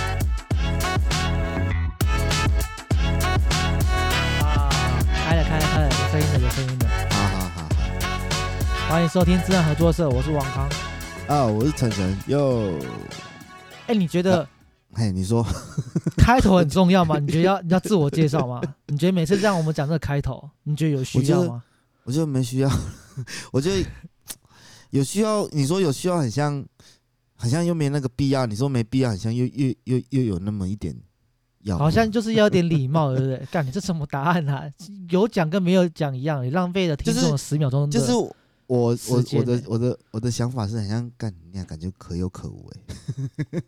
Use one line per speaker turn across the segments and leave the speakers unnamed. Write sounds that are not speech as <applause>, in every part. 啊欢迎收听自然合作社，我是王康。
啊，我是晨晨哟。
哎，你觉得
嘿，你说 <laughs>
开头很重要吗？你觉得要要自我介绍吗？你觉得每次这样我们讲这个开头，你觉得有需要吗？
我觉得没需要， <laughs> 我觉得有需要。你说有需要，很像，很像又没那个必要。你说没必要，很像又又又又有那么一点要。
好像就是要有点礼貌，对
<laughs>
不对？干，你这什么答案啊？有讲跟没有讲一样，你浪费了听众
就
的十秒钟的。
就是我我
时
我
间
的
欸
我的我的想法是很像干，你俩感觉可有可无哎、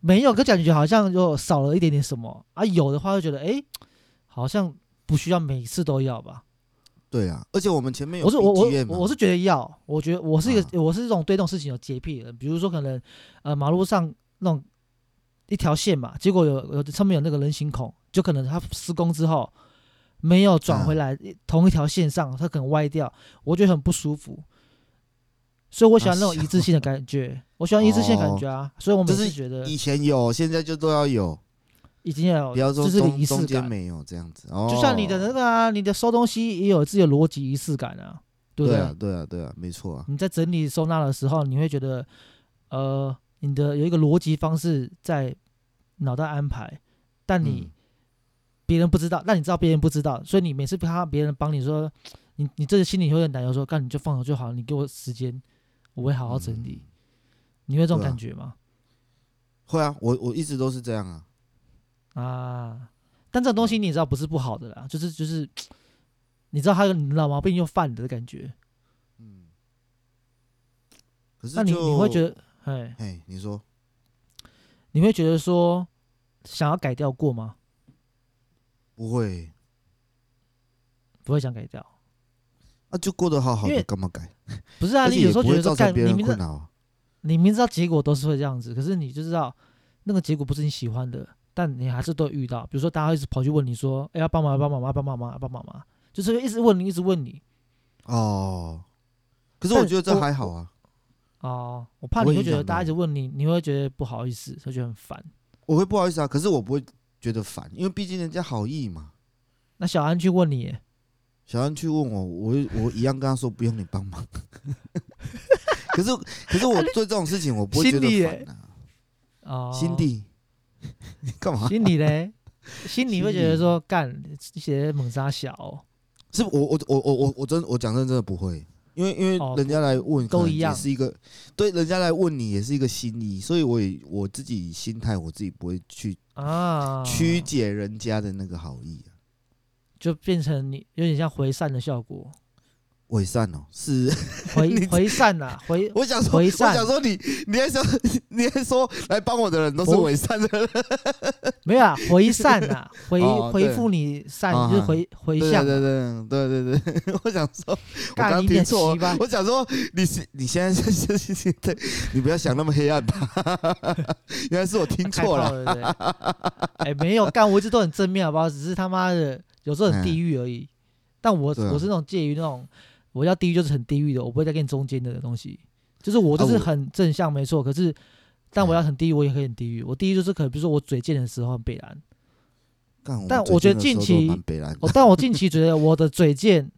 没有，可感觉好像又少了一点点什么啊。有的话就觉得，哎，好像不需要每次都要吧。
对啊，而且我们前面有
我是我我
BGM 嘛
我是觉得要，我觉得我是一个、
啊
我是这种对这种事情有洁癖的人，比如说可能呃马路上那种一条线嘛，结果有有上面有那个人行孔，就可能它施工之后没有转回
啊
来、同一条线上，它可能歪掉，我觉得很不舒服。所以我喜欢那种
啊是
一致性的感觉，我喜欢一致性的感觉啊，所以我每
就
次
哦是
觉得
以前有，现在就都要有，
已经要
不要
有
说
就是个
中
仪式
中间
感，
没有这样子。哦，
就像你的那个啊，你的收东西也有自己的逻辑仪式感啊，对不
对
对？
啊对啊对啊，没错啊。
你在整理收纳的时候，你会觉得，呃，你的有一个逻辑方式在脑袋安排，但你
嗯
别人不知道，那、你知道别人不知道，所以你每次看到别人帮你说，你你这个心里会有点担忧，说，干你就放手就好，你给我时间，我会好好整理。
嗯
你会有这种
对啊
感觉吗？
会啊，我我一直都是这样啊。
啊，但这种东西你也知道不是不好的啦，就是就是，你知道他有老毛病又犯了的感觉，
嗯，可是
那你你会觉
得，
得，哎，
哎，你说
你会觉得说想要改掉过吗？
不会
不会想改掉。
啊？就过得好好
因
的，
为
干嘛改？
不是啊，
而
你
且
有
也
时候
不
觉
会
得
造
说
成
干，
别
你
人
明知
困
道
扰啊。
你明知道结果都是会这样子，可是你就知道那个结果不是你喜欢的，但你还是都有遇到。比如说大家一直跑去问你说，哎、要帮忙，要帮忙，要帮忙吗？要帮忙吗？就是一直问你，一直问你。
哦，可是
但
我觉得这
我
还好啊，
哦，我怕
不会
你会觉
影
得
响
大家
到
一直问你，你会觉得不好意思，会觉得很烦。
我会不好意思啊，可是我不会觉得烦，因为毕竟人家好意嘛。
那小安去问你耶，
小安去问我，我会我一样跟他说不用你帮忙。 <laughs> 可是
<laughs>
可是我做这种事情，我不会觉
心里
得
耶
烦啊，
哦，
心，地 <laughs> 干嘛？
心里
<laughs>
嘞，心里会觉得
心里
说干这些猛杀小哦、
是我我我我我我真我讲认真的不会，因为因为
哦
人家来问
都
可能
一样
也是一个对人家来问你也是一个心意，所以我也我自己心态我自己不会去
啊，
曲解人家的那个好意啊，
就变成你有点像回散的效
<laughs>
果，
伪善哦，是
<laughs> 回回散呐、回
我想说
回
我
善
想说你你还说你还说来帮我的人都是
不
伪善的人，
没有啊，回善
<laughs>
啊，回、
哦
回
对
复你善，
啊
就是回回
对
向
对
啊。
对对对对对， <laughs> 我想说我
干
刚刚
你点
听错
奇葩
了，我想说你是你现在是是是， <laughs> 对，你不要想那么黑暗吧， <laughs> 原来是我听
啊开
错
炮
了。
了，对不对？ <laughs> 哎，没有干，我一直都很正面，好不好？只是他妈的有时候很地狱而已。但我、
哎对啊
我是那种介于那种，我要地狱就是很地狱的，我不会再跟你中间的东西。就是我就是
啊我哎
很正向，没错。可是，但我要很地狱，我也可以很地狱。我地狱就是可能，比如说我嘴贱的时候很北蓝。
干们
但我觉得
最的时候
近
都
期
蛮北蓝的 <laughs>
哦，但我近期觉得我的嘴贱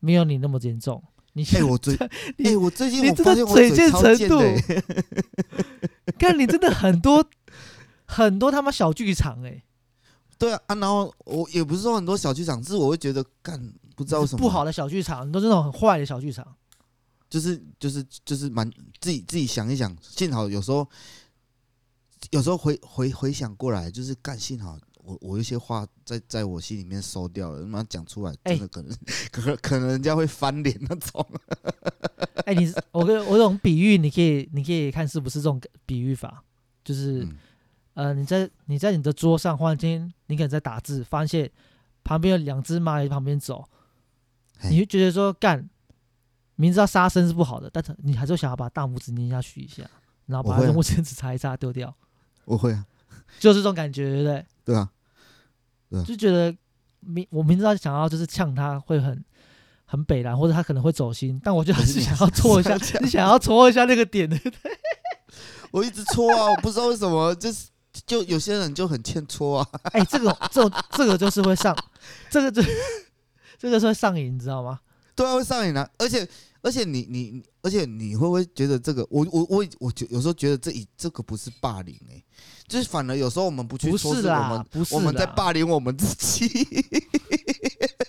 没有你那么严重。你
哎、我最
你
哎、我最近
你
我
这
发
个
现我
嘴
嘴
贱
超
程
贱
度
的欸 <laughs>
看你真的很多 <laughs> 很多他妈小剧场哎、
对啊啊，然后我也不是说很多小剧场，是我会觉得干不知道为什么
不好，的小剧场，都是那种很坏的小剧场。
就是就是就是蛮自己自己想一想，幸好有时候有时候回回回想过来，就是干幸好。我我有一些话在在我心里面收掉了，他妈讲出来
哎
真的可能、可可能人家会翻脸那种。
哎、你 <laughs> 我跟我这种比喻，你可以你可以看是不是这种比喻法，就是、
嗯
呃，你在你在你的桌上，忽然间你可能在打字，发现旁边有两只蚂蚁在旁边走，<laughs>
嘿
你就觉得说干，明知道杀生是不好的，但是你还是想要把大拇指捏下去一下，然后
我
把
会啊
人工 <laughs> 卫生纸擦一擦丢掉，
我会啊，
就是这种感觉，对不对？
对啊，
就觉得明我明知道想要就是呛他会很很北蓝，或者他可能会走心，但我就还
可是
是
你
想要戳一下，你想要戳一下那个点的。
我一直搓啊，我不知道为什么，就是就有些人就很欠搓啊。
哎、这个这种这个就是会上，这个就这个是会上瘾，你知道吗？
对啊，会上瘾啊！而且而且你你而且你会不会觉得这个？我我我我觉有时候觉得这一这个不是霸凌哎、就是反而有时候我们不去
不
说
是
我
啦
们，
不是
我们在
啦
霸凌我们自己。 <laughs>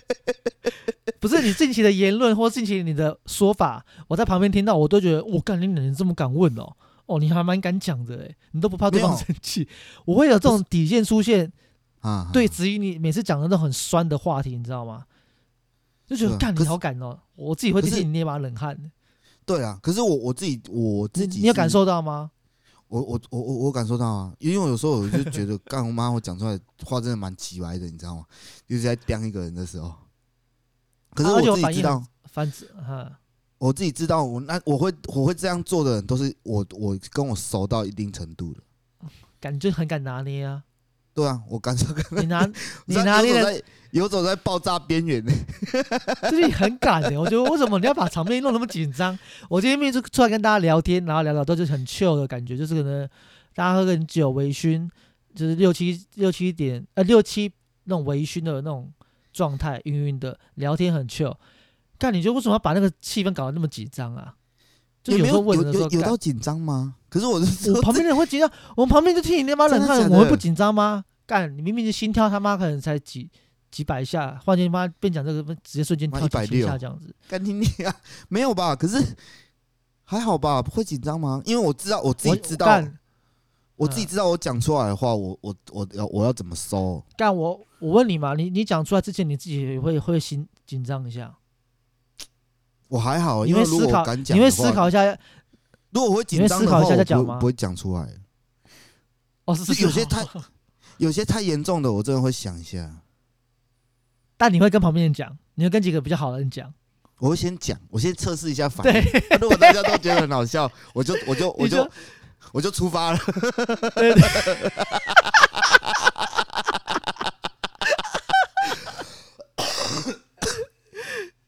不是你近期的言论或近期你的说法，我在旁边听到，我都觉得我干你人这么敢问哦，哦，你还蛮敢讲的哎，你都不怕对
没
方
有
生气。我会有这种底线出现，
啊，
对质疑你每次讲的那种很酸的话题，你知道吗？就觉
是
得
啊
干
可
你
是
好敢哦，我自己会
可
替
是
你捏把冷汗，
对啊，可是我我自己我自
你
己
你有
是
感？受到吗？
我我我我我感受到啊，因为我有时候我就觉得 <laughs> 干我妈我讲出来的话真的蛮奇歪的，你知道吗？就是在刁一个人的时候，可是
啊而且我
我自己
反
知
应
道，
很反正呃哈，
我自己知道，我那我会我会这样做的人，都是我我跟我熟到一定程度的。
感觉很敢拿捏啊，
对啊， <laughs> 我感受感，
你拿你
知道
拿捏
游
的
走在游走在爆炸边缘呢。
就是很敢的、我觉得为什么你要把场面弄那么紧张？我今天面就出来跟大家聊天，然后聊聊到就是很 chill 的感觉，就是可能大家喝个酒微醺，就是六七六七点呃六七那种微醺的那种状态，晕晕的聊天很 chill。但你觉得为什么要把那个气氛搞得那么紧张啊？就
有没
时候
有
问
有
的时候
有有
干
到紧张吗？可是我是说
我旁边的人会紧张，我们旁边就听你那妈冷
真的
汗，
假
我会
的
不紧张吗？干，你明明就心跳他妈可能才几几百下，换间妈变讲这个，直接瞬间
妈
跳几千
160
下这样子。
干听你啊，没有吧？可是还好吧，不会紧张吗？因为我知道我自
我
己知道，
干
我自己知道我讲出来的话，我我我要我要怎么收？
干我，我问你嘛，你你讲出来之前，你自己也会会心紧张一下，
我还好，
你
哦因为
会
如
思
果我
考，
敢
你
讲，
会思，考一下。
如果我会紧张
你会
的
思考
话，
一下再
我
讲
不
吗
会不会讲出来。
哦，是
有些太，有些太严重的，我真的会想一下。
但你会跟旁边人讲，你会跟几个比较好的人讲，
我会先讲，我先测试一下反应。
对
啊如果大家都觉得很好笑，我就我就我
<laughs> 你
就
就
我就出发了。 <laughs>
对对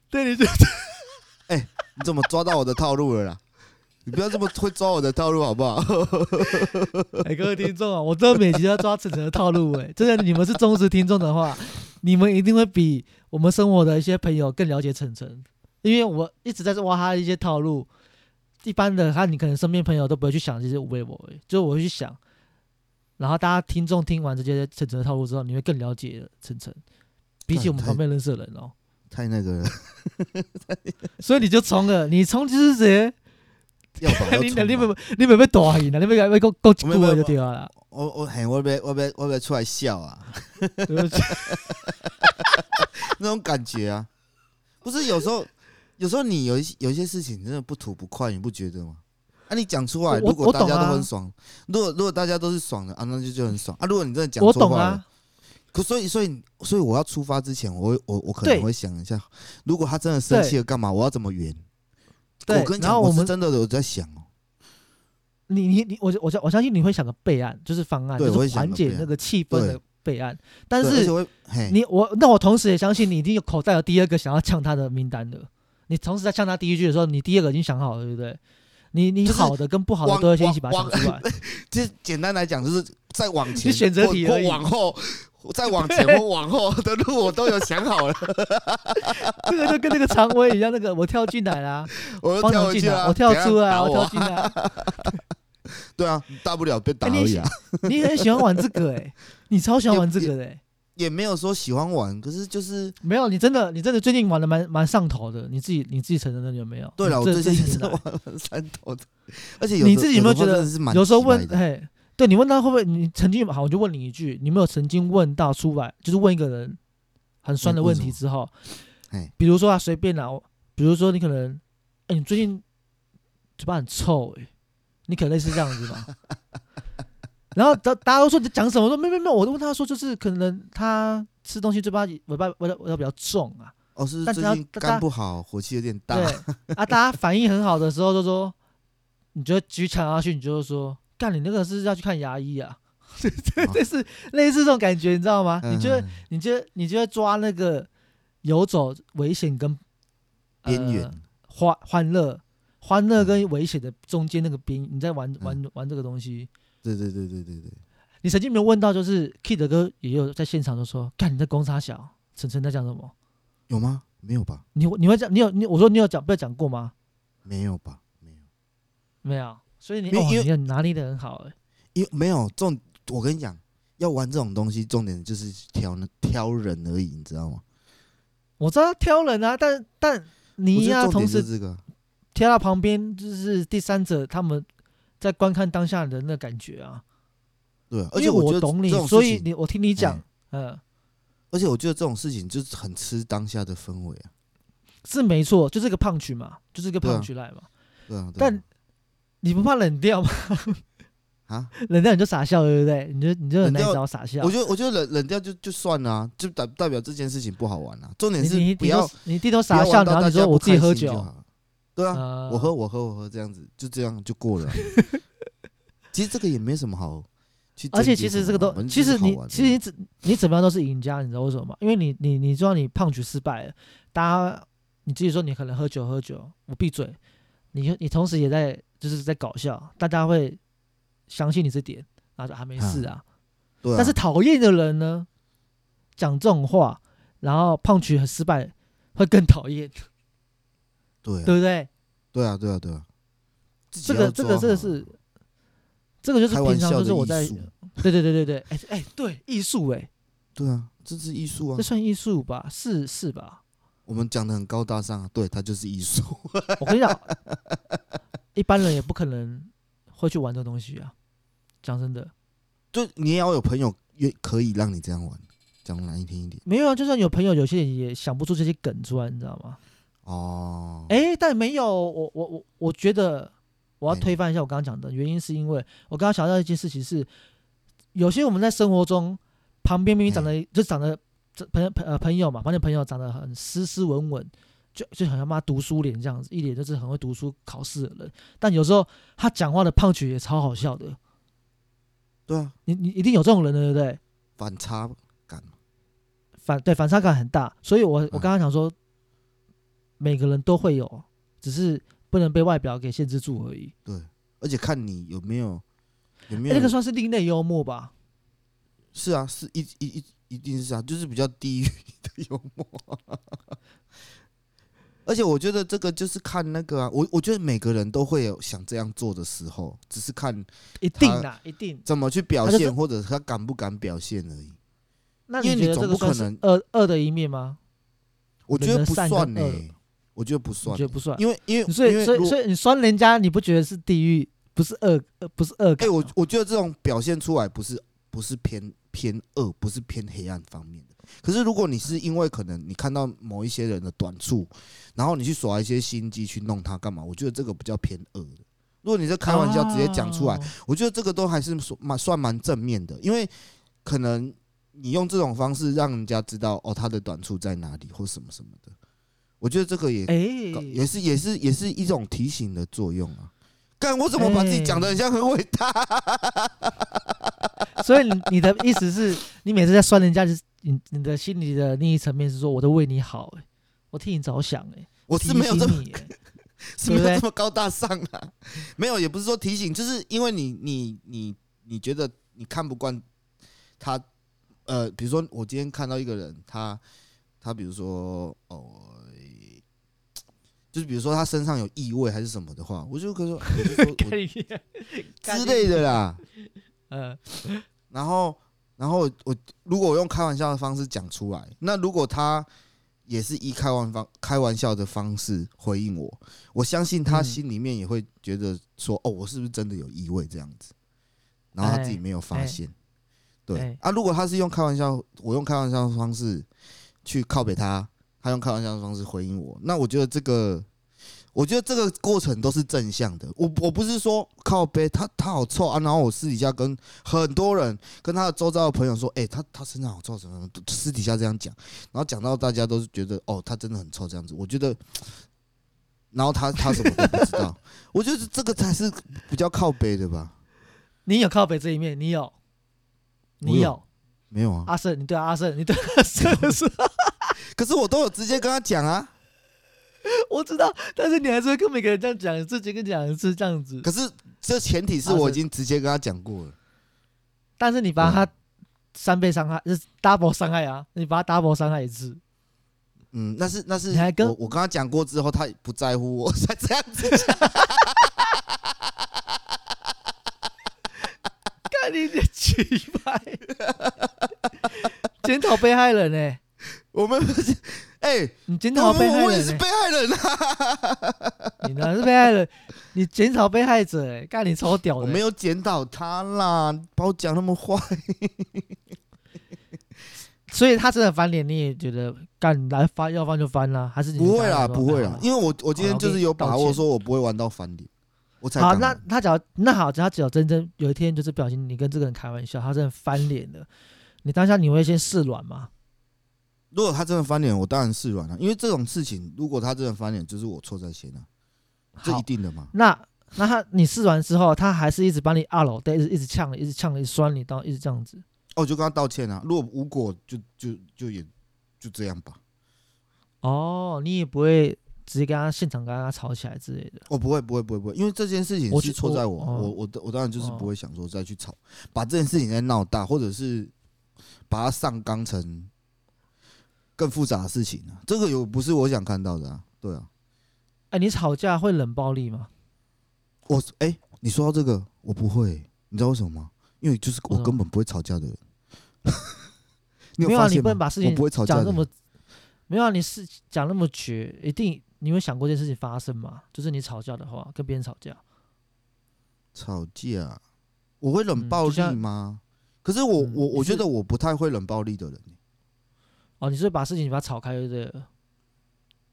对，你就
你怎么抓到我的套路了啦？你不要这么会抓我的套路好不好？ <laughs>
哎、各位听众啊，我真的每集都要抓晨晨的套路哎、真的，你们是忠实听众的话，你们一定会比我们生活的一些朋友更了解晨晨，因为我一直在挖他的一些套路。一般的他，你可能身边朋友都不会去想这些无微博，就我会去想，然后大家听众听完这些晨晨的套路之后，你会更了解晨晨，比起我们
干太
旁边认识的人哦、
太那个了，
所以你就冲了，你冲就是直接，
要把
<laughs> 你你没你没被打赢了，你没被够够
没有没有
过就对了啦。
我我嘿，我被我被我被出来笑啊， <laughs> 那种感觉啊，不是有时候有时候你有一些有一些事情真的不吐不快，你不觉得吗？啊，你讲出来，
我
如果
我
大
懂
家都
啊
很爽，如果如果大家都是爽的啊，那就就很爽啊。如果你真的讲
我
错
懂
话
啊
了，，可所以所以所以我要出发之前，我会我我可
对
能会想一下，如果他真的生气了，干嘛？我要怎么圆？
对
我跟你
然后
讲，
我
我是
们
真的有在想哦。
你你你，我我我相信你会想个备案，就是方案，
对我
就
会
是
想个
缓解
备
那
案
个气氛的备案。但
对而且
是
会嘿，
你我，那我同时也相信你一定有口袋有第二个想要呛他的名单的。你同时在呛他第一句的时候，你第二个已经想好了，对不对？你你
就是
好的跟不好的
往
都要先一起把
往
它想出来。
其实简单来讲，就是再往
你
前，
选择题
或
而已
或往后，再往前
对
或往后的路，我都有想好了，
这个就跟那个常威一样，那个我跳进来啦，
<laughs> 我
方长
又跳回
进
去
来，
了，
我跳出
等一下
来，
打
我
我
跳
啊
进来。
<laughs> 对啊，大不了被打
哎
而
你
已啊，
你很喜欢玩这个哎、你超喜欢
也
玩这个的、欸。
也没有说喜欢玩，可是就是
没有，你真的你真的最近玩的蛮蛮上头的，你自己你自己承认的有没有？
对了，
你
我
这
最近
这
也
几
是 <laughs>
年来
玩玩山头的，而且有
你
时候
自己有没有觉得
真的是蛮
有时候
奇怪
问，
的
嘿，对你问他会不会，你曾经好，我就问你一句，你有没有曾经问到出来，就是问一个人很酸的
问
问
问
题之后
嘿，
比如说啊，随便啦，我比如说你可能，哎、你最近嘴巴很臭、欸，你可能类似这样子
<laughs>
嘛。然后大大家都说你在讲什么？我说没没没有，我就问他说，就是可能他吃东西嘴巴尾巴味道味道比较重啊，
哦，是不
但是
是最
要
近
大家
肝不好，火气有点大，
对啊，大家反应很好的时候，就说你就举抢下去，你就说干你那个是要去看牙医啊， <laughs> 对，类似类似这种感觉，你知道吗？啊你就会
哦嗯
你就会你就会抓那个游走危险跟呃
边缘嗯
欢欢乐。欢乐跟危险的中间那个边，你在玩玩玩这个东西，
对对对对对对，
你曾经没有问到，就是 Kid 哥也有在现场就说：“看你在攻杀小，晨晨在讲什么
有吗？？”没有吧？
你你会讲，你有你我说你有讲被讲过吗？
没有吧？没有，
没有，所以你
因为
哦，
因为
你很拿捏的很好哎、
因为没有重。我跟你讲，要玩这种东西，重点就是挑那挑人而已，你知道吗？
我知道挑人啊，但但你
要
要
重
同
点就
时
是这个，
贴到旁边，就是第三者他们在观看当下的那感觉啊。
对啊。而
因
且
为
觉
我
得
懂你
这，种
所
事
以
情
你我听你讲
哎，
嗯，
而且我觉得这种事情就是很吃当下的氛围啊，
是没错，就是一个胖曲嘛，就是一个
对啊
胖曲来嘛。
对啊。对啊
但你不怕冷掉吗？ <laughs>
啊，
冷掉你就傻笑，对不对？你就你就很
冷
难
掉
找傻笑
我。觉得我觉得冷冷掉就就算了、啊，就代代表这件事情不好玩啊。重点
你你
是不
你
要
都你弟都
不要
傻
玩
笑，
到
然后
大
你说
家
我
不
自己
开
喝
心
酒
就，好了。对啊，
呃
我喝我喝我喝这样子，就这样就
<laughs>
过了啊。其实这个也没什么好去
而
纠结什
且其
么啊，
实这个都，
反正
其
就是
实
好
你
玩而已
其实你怎你怎么样都是赢家，你知道为什么吗？因为你你你知道你胖局失败了，大家你自己说你可能喝酒喝酒，我闭嘴，你你同时也在就是在搞笑，大家会相信你这点，然后说啊没事啊。
对啊，
但是讨厌的人呢，讲这种话，然后胖局很失败，会更讨厌，
对啊
对不对？
对啊对啊对啊，自己
这个
要
这
抓
个
好啊
这个是。这个就是
开
平
玩
常
笑
就
的
是我
艺
在
术，
对对对对对，哎哎对艺术哎、
对啊，这是艺术啊
这。算艺术吧？是是吧？
我们讲的很高大上啊，对，它就是艺术。 <laughs>
我跟你讲，一般人也不可能会去玩这东西啊。讲真的，
就你也要有朋友也可以让你这样玩，讲难听一点
没有啊。就算有朋友，有些人也想不出这些梗出来，你知道吗？
哦。
哎、但没有，我我我我觉得我要
哎
推翻一下我刚刚讲的原因，是因为我刚刚想到一件事情是，有些我们在生活中旁边明明长得、就长得这朋友朋呃朋友嘛，旁边朋友长得很斯斯文文，就就好像妈读书脸这样子，一脸就是很会读书考试的人，但有时候他讲话的胖曲也超好笑的，
对啊，
你你一定有这种人的，对不对？
反差感，
反对反差感很大，所以我我
嗯
刚刚想说，每个人都会有，只是不能被外表给限制住而已。
而且看你有没有有
欸
没有、
那个算是另类幽默吧？
是啊，是一一一一定是啊，就是比较低于的幽默。而且我觉得这个就是看那个啊，我我觉得每个人都会有想这样做的时候，只是看
一定啦，一定。
怎么去表
他啊就是
现，或者他敢不敢表现而已。
那
因为
觉
你
得
总
这个
不
算
可
是
能
恶恶的一面吗？
我觉得
人的
不
善
算
跟
呢、
恶
我觉得不
我
算欸
觉，得不算。
因为因为
所
因
以
为
所
如
以
果
所以你酸人家，你不觉得是地狱，不是恶，呃不是恶
哎、
感吗？
我我觉得这种表现出来不是不是偏偏恶，不是偏黑暗方面的。可是如果你是因为可能你看到某一些人的短处，然后你去耍一些心机去弄他干嘛？我觉得这个比较偏恶的。如果你在开玩笑直接讲出来，
哦
我觉得这个都还是算蛮算蛮正面的，因为可能你用这种方式让人家知道哦他的短处在哪里或什么什么的，我觉得这个也
哎，
搞也是也是也是一种提醒的作用啊。干，我怎么把自己讲
哎
的很像很伟大？
所以你你的意思是， <laughs> 你每次在酸人家，就是你你的心里的另一层面是说，我都为你好，哎，我替你着想，哎，
我
提
是没有
醒
这么
你哎
<laughs> 是没
对不
有
对
这么高大上啊，没有，也不是说提醒，就是因为你你你你觉得你看不惯他，呃，比如说我今天看到一个人，他他比如说哦。就是比如说他身上有异味还是什么的话，我就可以说哎我就说
<laughs>
我
干你
之类的啦。
嗯，
然后，然后我我如果我用开玩笑的方式讲出来，那如果他也是以开玩方开玩笑的方式回应我，我相信他
嗯
心里面也会觉得说，哦，我是不是真的有异味这样子？然后他自己
哎
没有发
哎
现。对、
哎
啊，如果他是用开玩笑，我用开玩笑的方式去靠北他，他用开玩笑的方式回应我，那我觉得这个，我觉得这个过程都是正向的。我我不是说靠北他他好臭啊，然后我私底下跟很多人跟他的周遭的朋友说，哎、他他身上好臭什么什么，私底下这样讲，然后讲到大家都是觉得哦，他真的很臭这样子，我觉得。然后他他什么都不知道，我觉得这个才是比较靠北的吧？
你有靠北这一面，你有，
我
你
有
有，
没有啊？
阿胜，你对阿胜，你对阿胜是
可是我都有直接跟他讲啊。
我知道，但是你还是会跟每个人这样讲，自己跟讲是这样子。
可是这前提是我已经直接跟他讲过了，
但是你
嗯
把他三倍伤害，就是 double 伤害啊，你把他 double 伤害一次，
嗯，那是那是
你还跟
我我跟他讲过之后，他不在乎我才这样子。
<laughs> 看你的气派，检讨被害人呢、欸
我们哎、
你检
那
讨
我
被害
我也
人、
是
欸，
被害人啊！
你哪是被害人？你检讨被害者、欸，干你超屌的、
我没有检讨他啦，把我讲那么坏，
所以他真的翻脸，你也觉得干来翻要翻就翻啦、还是你
不会啦，
就
不会啦，
跟
因为我我今天
好啦
就是有把
我跟你道
握
歉
说我不会玩到翻脸，我才
他说好，
敢
那
玩
他只要那好，只要只要真真有一天就是不小心你跟这个人开玩笑，他真的翻脸了，你当下你会先示软吗？
如果他真的翻脸，我当然是软了，啊因为这种事情，如果他真的翻脸，就是我错在先啊，这
好
一定的嘛。
那那他你试完之后，他还是一直把你二楼对，一直一直呛你，一直呛你，一直酸你，到一直这样子。
哦，我就跟他道歉啊，如果无果就就就也就这样吧。
哦，你也不会直接跟他现场跟他吵起来之类的。
哦，不会不会不会不会，因为这件事情
我
是
觉
错在我，
我哦
我我我当然就是
哦
不会想说再去吵，把这件事情再闹大，或者是把它上纲成更复杂的事情啊，这个有不是我想看到的啊，对啊，
哎，你吵架会冷暴力吗？
我哎、你说到这个，我不会、你知道为什么吗？因为就是我
嗯
根本不会吵架的
<laughs>
人。你
没有啊，
发
你
现
不
吗？
能把事
我
情
不会吵架
讲
的
那
人。
么，没有啊，你是讲那么绝，一定你有想过这件事情发生吗？就是你吵架的话，跟别人吵架，
吵架，我会冷
嗯
暴
就
力
像
吗？可是我、
嗯
我
你
我觉
是
得我不太会冷暴力的人欸、
哦，你是把事情把它吵开就对了，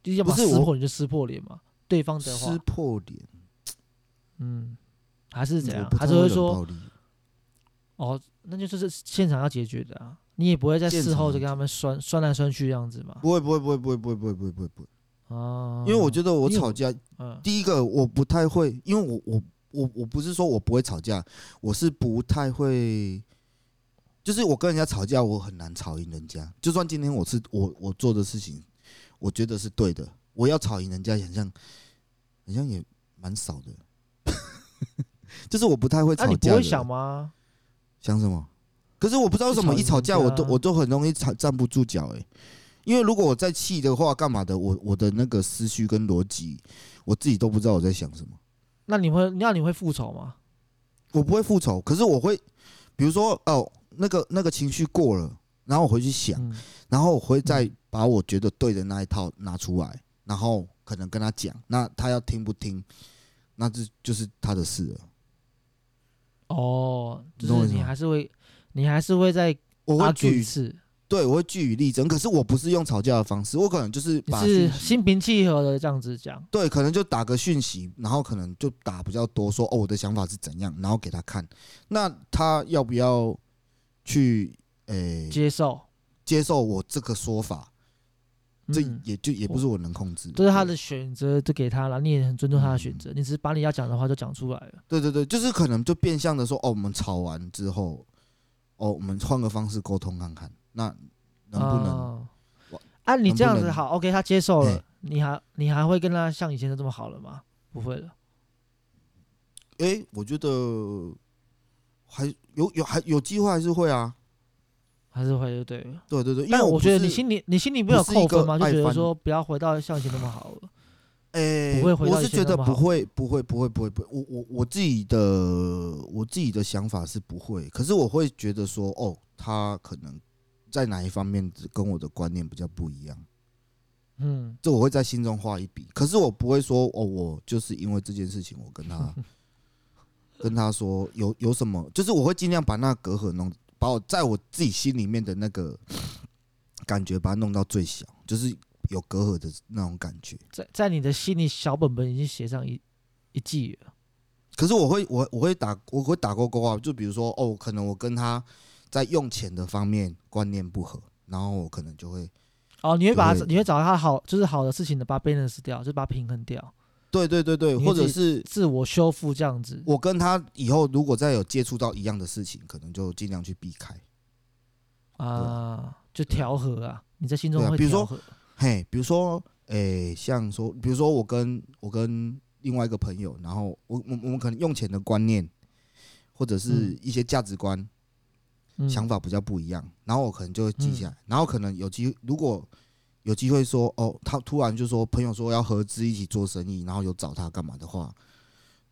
就要么
不是
撕
我
破你就撕破脸嘛，对方的话
撕，破脸
嗯，还是怎
我
样，
不
还
太
是会
冷
说
暴力。
哦，那就是现场要解决的啊，你也不会在
现
事后就
场要
跟他们酸酸来酸去这样子嘛。
不会不会不会不会不会不会不会不会不会，
哦，
因为我觉得我
因为
吵
我
架，
嗯
第一个我不太会，因为我我我我不是说我不会吵架，我是不太会，就是我跟人家吵架，我很难吵赢人家。就算今天我是我我做的事情，我觉得是对的，我要吵赢人家，很像很像也蛮少的， <laughs> 就是我不太会
那、
吵
你
架
不
的。
会想吗？
想什么？可是我不知道为什么一吵架，
就吵啊
我
人家
都我都很容易站站不住脚哎、欸因为如果我在气的话，干嘛的？我我的那个思绪跟逻辑，我自己都不知道我在想什么。
那你会那你会复仇吗？
我不会复仇，可是我会，比如说哦，那个那个情绪过了，然后我回去想，
嗯，
然后我会再把我觉得对的那一套拿出来，然后可能跟他讲，那他要听不听，那这就是他的事了。
哦，
你
就
懂我
是
意思
你
吗
还是会，你还是会再
我
拉
会
锯一
据
次，
对，我会据以力争，可是我不是用吵架的方式，我可能就是
你
把
是
讯息
心平气和的这样子讲。
对，可能就打个讯息，然后可能就打比较多，说哦我的想法是怎样，然后给他看。那他要不要去诶、
接受，
接受我这个说法？
嗯
这也就也不是我能控制的，
这是他的选择，就给他了。你也很尊重他的选
嗯
择，你只是把你要讲的话就讲出来了。
对。对对对，就是可能就变相的说，哦，我们吵完之后，哦，我们换个方式沟通看看，那能不能？
哦
我
啊，你
能
这
不
样子
能哎
好，OK，他接受了
嘿，
你还你还会跟他像以前的这么好了吗？不会了。
诶、我觉得还有有还有机会还是会啊。
还是会就对了。
对对对，因为
但我
不
觉得你
是
心里你心里没
不
有
是
扣
一个
分吗？就
爱
觉得
翻
说不要回到像以前那么好了。
诶、
不会回到
我是
以前
觉得
那么
不
好
会，不会，不会，不会，不会。我我我自己的我自己的想法是不会，可是我会觉得说，哦，他可能在哪一方面跟我的观念比较不一样，
嗯，
这我会在心中画一笔。可是我不会说，哦，我就是因为这件事情，我
<laughs>
跟他跟他说有有什么，就是我会尽量把那个隔阂弄，把我在我自己心里面的那个感觉把它弄到最小，就是有隔阂的那种感觉。
在在你的心里小本本已经写上一一记了。
可是我会我我会打我会打勾勾啊，就比如说哦，可能我跟他在用钱的方面观念不合，然后我可能就会
哦，你会把
就
它
会
你会找到他好就是好的事情的，把它 balance 掉，就把它平衡掉，
对对对对，
你会
或者
自
是
自我修复这样子。
我跟他以后如果再有接触到一样的事情，可能就尽量去避开。
啊，就调和啊，你在心中
对啊
会
比如
调
说
和。
嘿，比如说诶、像说，比如说我跟我跟另外一个朋友，然后我我我们可能用钱的观念或者是
嗯
一些价值观
嗯嗯
想法比较不一样，然后我可能就会记下来，然后可能有机如果有机会说哦，他突然就说朋友说要合资一起做生意，然后有找他干嘛的话，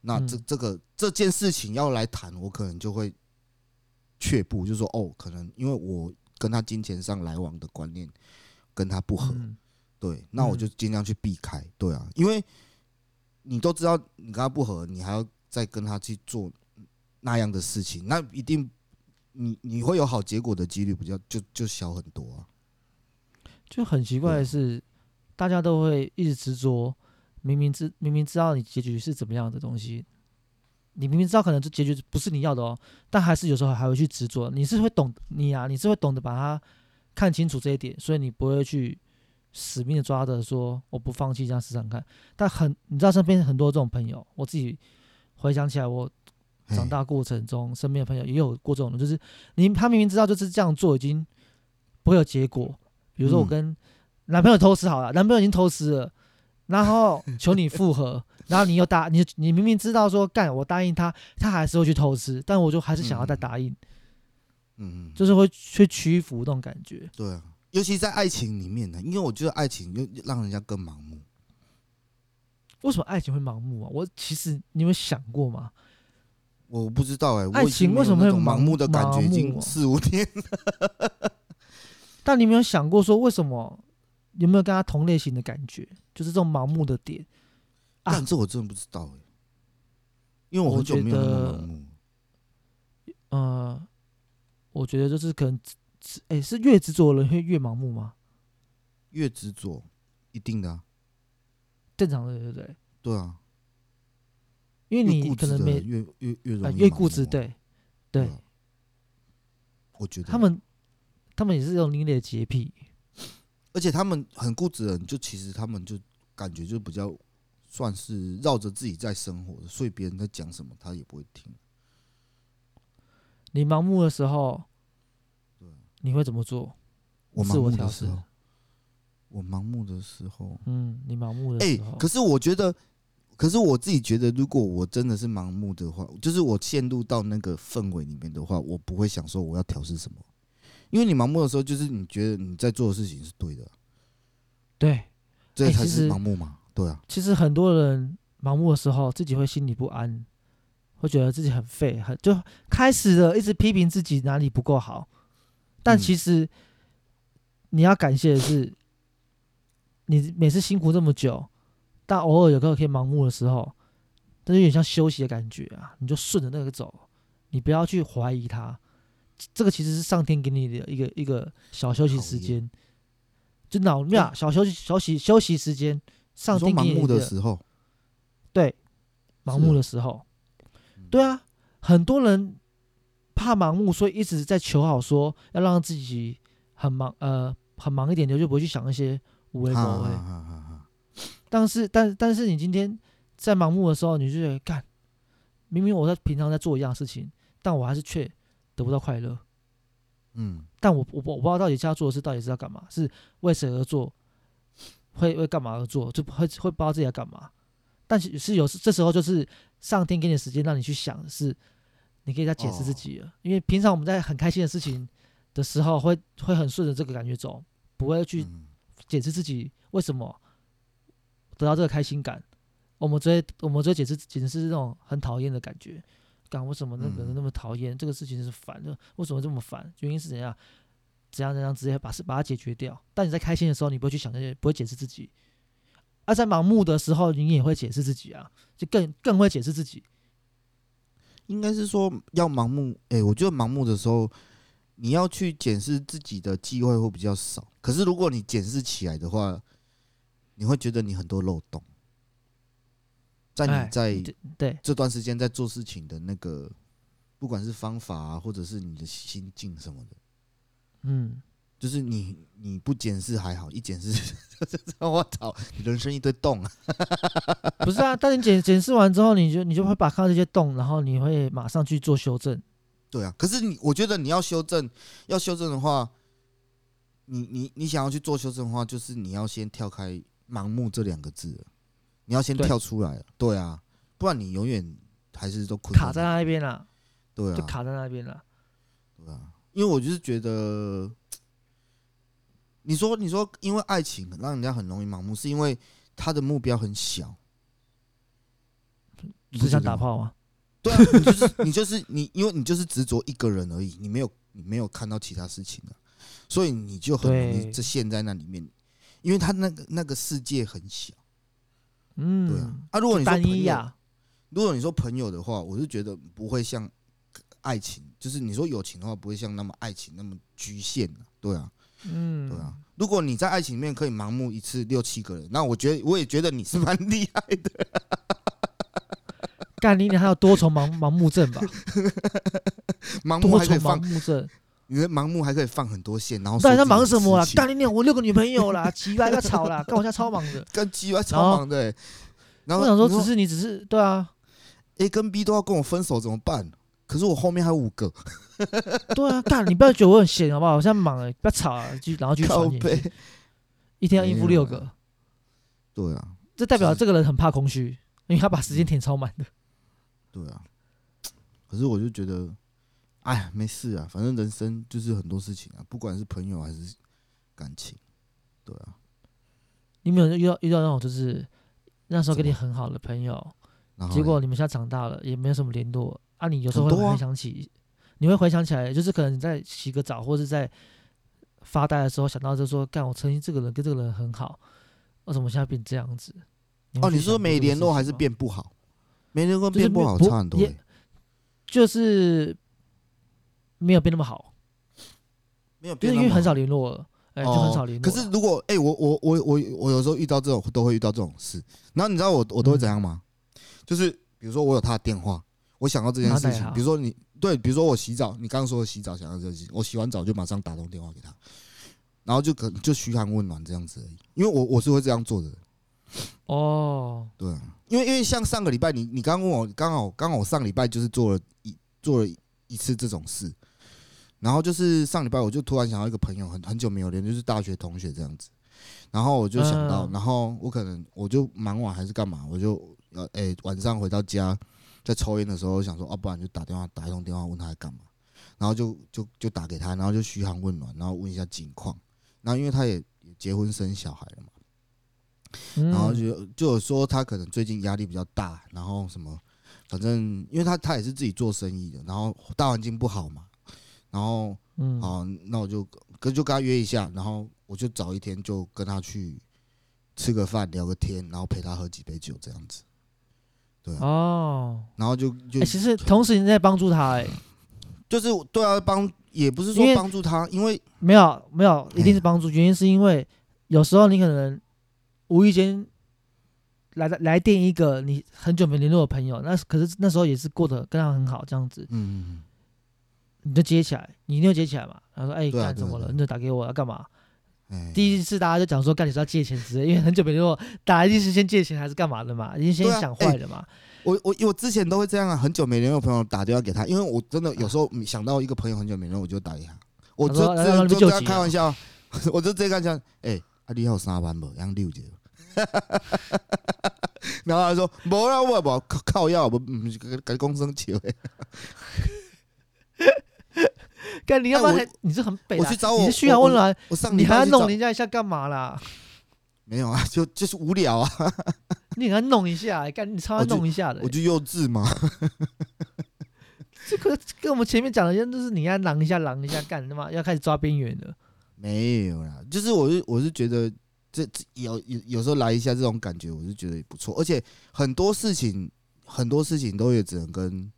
那这、
嗯
这个这件事情要来谈，我可能就会却步，就说哦，可能因为我跟他金钱上来往的观念跟他不合，
嗯
对，那我就尽量去避开，对啊，因为你都知道你跟他不合，你还要再跟他去做那样的事情，那一定你你会有好结果的几率比较就就小很多啊。
就很奇怪的是，大家都会一直执着，明明知明明知道你结局是怎么样的东西，你明明知道可能这结局不是你要的哦，但还是有时候还会去执着。你是会懂你啊，你是会懂得把它看清楚这一点，所以你不会去死命的抓着说我不放弃这样试试看。但很你知道身边很多这种朋友，我自己回想起来我
嘿
长大过程中，身边的朋友也有过这种的，就是你他明明知道就是这样做已经不会有结果，比如说我
嗯
跟男朋友偷吃好了，男朋友已经偷吃了，然
<laughs>
后求你复合，然后你又答你你明明知道说干我答应他，他还是会去偷吃，但我就还是想要再
嗯
答应，
嗯，
就是会去屈服那种感觉。
对啊，尤其在爱情里面呢，因为我觉得爱情又又让人家更盲目。
为什么爱情会盲目啊？我其实你有没有想过吗？
我不知道哎、我
爱
已经
情
没有
为什么
那
会
种
盲
盲目的感
盲
觉？已经
目哦
四五天，
但你有没有想过说为什么有没有跟他同类型的感觉？就是这种盲目的点。 <laughs> 啊
但这我真的不知道哎、因为我
我
很久
觉
没有那么
得
盲目。
呃，我觉得就是可能执，执哎、是越执着的人会越盲目吗？
越执着，一定的、啊，
正常的，对不对？
对啊，
因为
越
你
固
可
执
能
的
没
人越越越
啊、
容易
越
盲
固执，
目啊，
对对，
啊我觉得
他，们他们也是有另类的洁癖，
而且他们很固执的人，就其实他们就感觉就比较算是绕着自己在生活，所以别人在讲什么他也不会听。
你盲目的时候，你会怎么做？
我
自
盲
我
目的
调
时
试
候，我盲目的时候，
嗯，你盲目的
哎、
时候，
可是我觉得，可是我自己觉得，如果我真的是盲目的话，就是我陷入到那个氛围里面的话，我不会想说我要调试什么，因为你盲目的时候，就是你觉得你在做的事情是对的，啊
对，
这
哎
才
其
是
实
盲目嘛。对啊，
其实很多人盲目的时候，自己会心里不安，会觉得自己很废，很就开始了一直批评自己哪里不够好。但
嗯
其实你要感谢的是，你每次辛苦这么久，但偶尔有个可以盲目的时候，但就有点像休息的感觉啊，你就顺着那个走，你不要去怀疑它。这个其实是上天给你的一个一个小休息时
考验
间，就脑面啊小休息休息休息时间，上
你说
天给
盲
你
目
一
的
个
时候，
对，盲目
是嗯
的时候，对啊，很多人怕盲目，所以一直在求好说要让自己很忙，呃，很忙一点，就不会去想一些无
啊
为
啊
不为
啊。啊啊啊！
但是，但但是你今天在盲目的时候，你就觉得干，明明我在平常在做一样事情，但我还是却得不到快乐。
嗯，
但我我不我不知道到底现在做的事到底是要干嘛，是为谁而做，会为干嘛而做，就会会不知道自己要干嘛。但是是有时这时候就是上天给你的时间让你去想，是你可以再解释自己了，因为平常我们在很开心的事情的时候会，会很顺着这个感觉走，不会去
嗯
解释自己为什么得到这个开心感。我们只会我们只会解释解释是那种很讨厌的感觉，感为什么那个人
嗯
那么讨厌、这个事情是烦的，为什么这么烦？原因是怎样？怎样怎样，直接把事把它解决掉。但你在开心的时候，你不会去想这些，不会解释自己；而在盲目的时候，你也会解释自己啊，就更更会解释自己。
应该是说要盲目。哎、我觉得盲目的时候，你要去检视自己的机会会比较少。可是如果你检视起来的话，你会觉得你很多漏洞，在
哎
你在
这对，
这段时间在做事情的那个，不管是方法啊，或者是你的心境什么的，
嗯，
就是你你不检视还好，一检视， <laughs> 我操，你人生一堆洞啊！
不是啊。但你解解释完之后，你就你就会把看到这些洞，然后你会马上去做修正。
对啊，可是你我觉得你要修正，要修正的话，你你你想要去做修正的话，就是你要先跳开“盲目”这两个字，你要先
对
跳出来，对啊，不然你永远还是都困
卡在
那里，
那边了，
对啊，
就卡在那边了。
对啊，因为我就是觉得，你说你说，因为爱情让人家很容易盲目，是因为他的目标很小。
你是想打炮吗？
对啊，你就是你就是你，因为你就是执着一个人而已，你没有你没有看到其他事情啊，所以你就很容易
对
就陷在那里面，因为他那个那个世界很小，
嗯，
对啊。啊，如果你说
单
朋
一
友，
呀、
如果你说朋友的话，我是觉得不会像爱情，就是你说友情的话，不会像那么爱情那么局限啊对啊，
嗯，
对啊。如果你在爱情里面可以盲目一次六七个人，那我觉得我也觉得你是蛮厉
<laughs>
害的。
干你你还有多重盲盲目症
<laughs>
吧？
盲目
多
还可
重
以
盲
放，
目症，
你的盲目还可以放很多线，然后
到底在
说自己
忙什么啦啊
是？痴情
干你娘！我六个女朋友啦， <laughs> 奇怪，不要吵啦！干我现在超忙的。
跟鸡巴超忙的、欸。然后
我想说，
你
只是你只是对啊，
A 跟 B 都要跟我分手怎么办？可是我后面还有五个，
对啊，干你不要觉得我很闲好不好？我现在忙哎、不要吵啊！就然后继续
靠
传简
背
讯，。一天要应付
没有
六
啊
个，
对啊，
这代表
是嗯
这个人很怕空虚，因为他把时间填超满的。
对啊。可是我就觉得，哎呀，没事啊，反正人生就是很多事情啊，不管是朋友还是感情，对啊。
你没有遇到遇到那种就是那时候跟你很好的朋友，
然后
结果你们现在长大了，也没有什么联络啊。你有时候
很
会
多啊
回想起，你会回想起来，就是可能你在洗个澡或是在发呆的时候想到，就说干我曾经这个人跟这个人很好，为什么现在变这样子？会
哦，
去
你
想
说
过
没
这个
联络
事
还
情
是
吗？
变不好？没联络
就是
变不好
不
差很多、欸
也，就是没有变那么好，
没有
就
变
是
那
因为
么好，哦
很少联络了，哎、就很少联络
可
了。
是如果哎、我我我我我有时候遇到这种都会遇到这种事，然后你知道我我都会怎样吗？
嗯
就是比如说我有他的电话，我想到这件事
然后打给
情
他，
比如说你对，比如说我洗澡，你刚刚说我洗澡想到这件事情，我洗完澡就马上打通电话给他，然后就可就嘘寒问暖这样子而已，因为我我是会这样做的，
哦，
对啊，因为因为像上个礼拜你你刚问我，刚好刚好我上礼拜就是做了一做了一次这种事，然后就是上礼拜我就突然想到一个朋友很很久没有联，就是大学同学这样子，然后我就想到，
嗯
然后我可能我就忙完还是干嘛，我就呃哎、晚上回到家在抽烟的时候我想说，哦、不然就打电话打一通电话问他在干嘛，然后就就就打给他，然后就嘘寒问暖，然后问一下近况，然后因为他也也结婚生小孩了嘛。
嗯、
然后就就有说他可能最近压力比较大，然后什么，反正因为他他也是自己做生意的，然后大环境不好嘛，然后
嗯，
好，那我就跟就跟他约一下，然后我就找一天就跟他去吃个饭聊个天，然后陪他喝几杯酒这样子，
哦，
然后就就
哎、其实同时你在帮助他、哎，
就是对啊帮也不是说
因为
帮助他，因为
没有没有，
哎
一定是帮助，原因是因为有时候你可能无意间来来电一个你很久没联络的朋友，那可是那时候也是过得跟他很好这样子，
嗯
你就接起来，你一定要接起来嘛。然后说，哎、
对
干、
啊对
怎
啊
么
对啊
了？你就打给我要干嘛？
哎
第一次大家就讲说，干你是要借钱之类，因为很久没联络，打来一定是先借钱还是干嘛的嘛，已经先
对啊
想坏了嘛。
我我我之前都会这样啊，很久没联络的朋友打电话给他，因为我真的有时候想到一个朋友很久没联络，我就打给他，我就
他说来来来
就
你
就
救
跟
急啊
他开玩笑， <laughs> 我就直接跟他讲，哎、啊你还有三班无，杨六姐。 <laughs> 然后他说：“无啦，我无靠靠药，不不是跟跟公生球诶。
干、你要不然
哎
还、你是很北啦，
我去找我
你是嘘寒问暖，
我上
你
礼
还
拜
要
去找
弄人家一下干嘛啦？ <laughs>
没有啊，就就是无聊啊，
你给他弄一下、哎干你超爱
我就
弄一下的、
我就幼稚嘛。
这个跟我们前面讲的一样，就是你要狼一下，狼一下，干他 <laughs> 妈要开始抓边缘了。
没有啦，就是我是我是觉得这这有有有时候来一下这种感觉，我是觉得也不错，而且很多事情很多事情都也只能跟，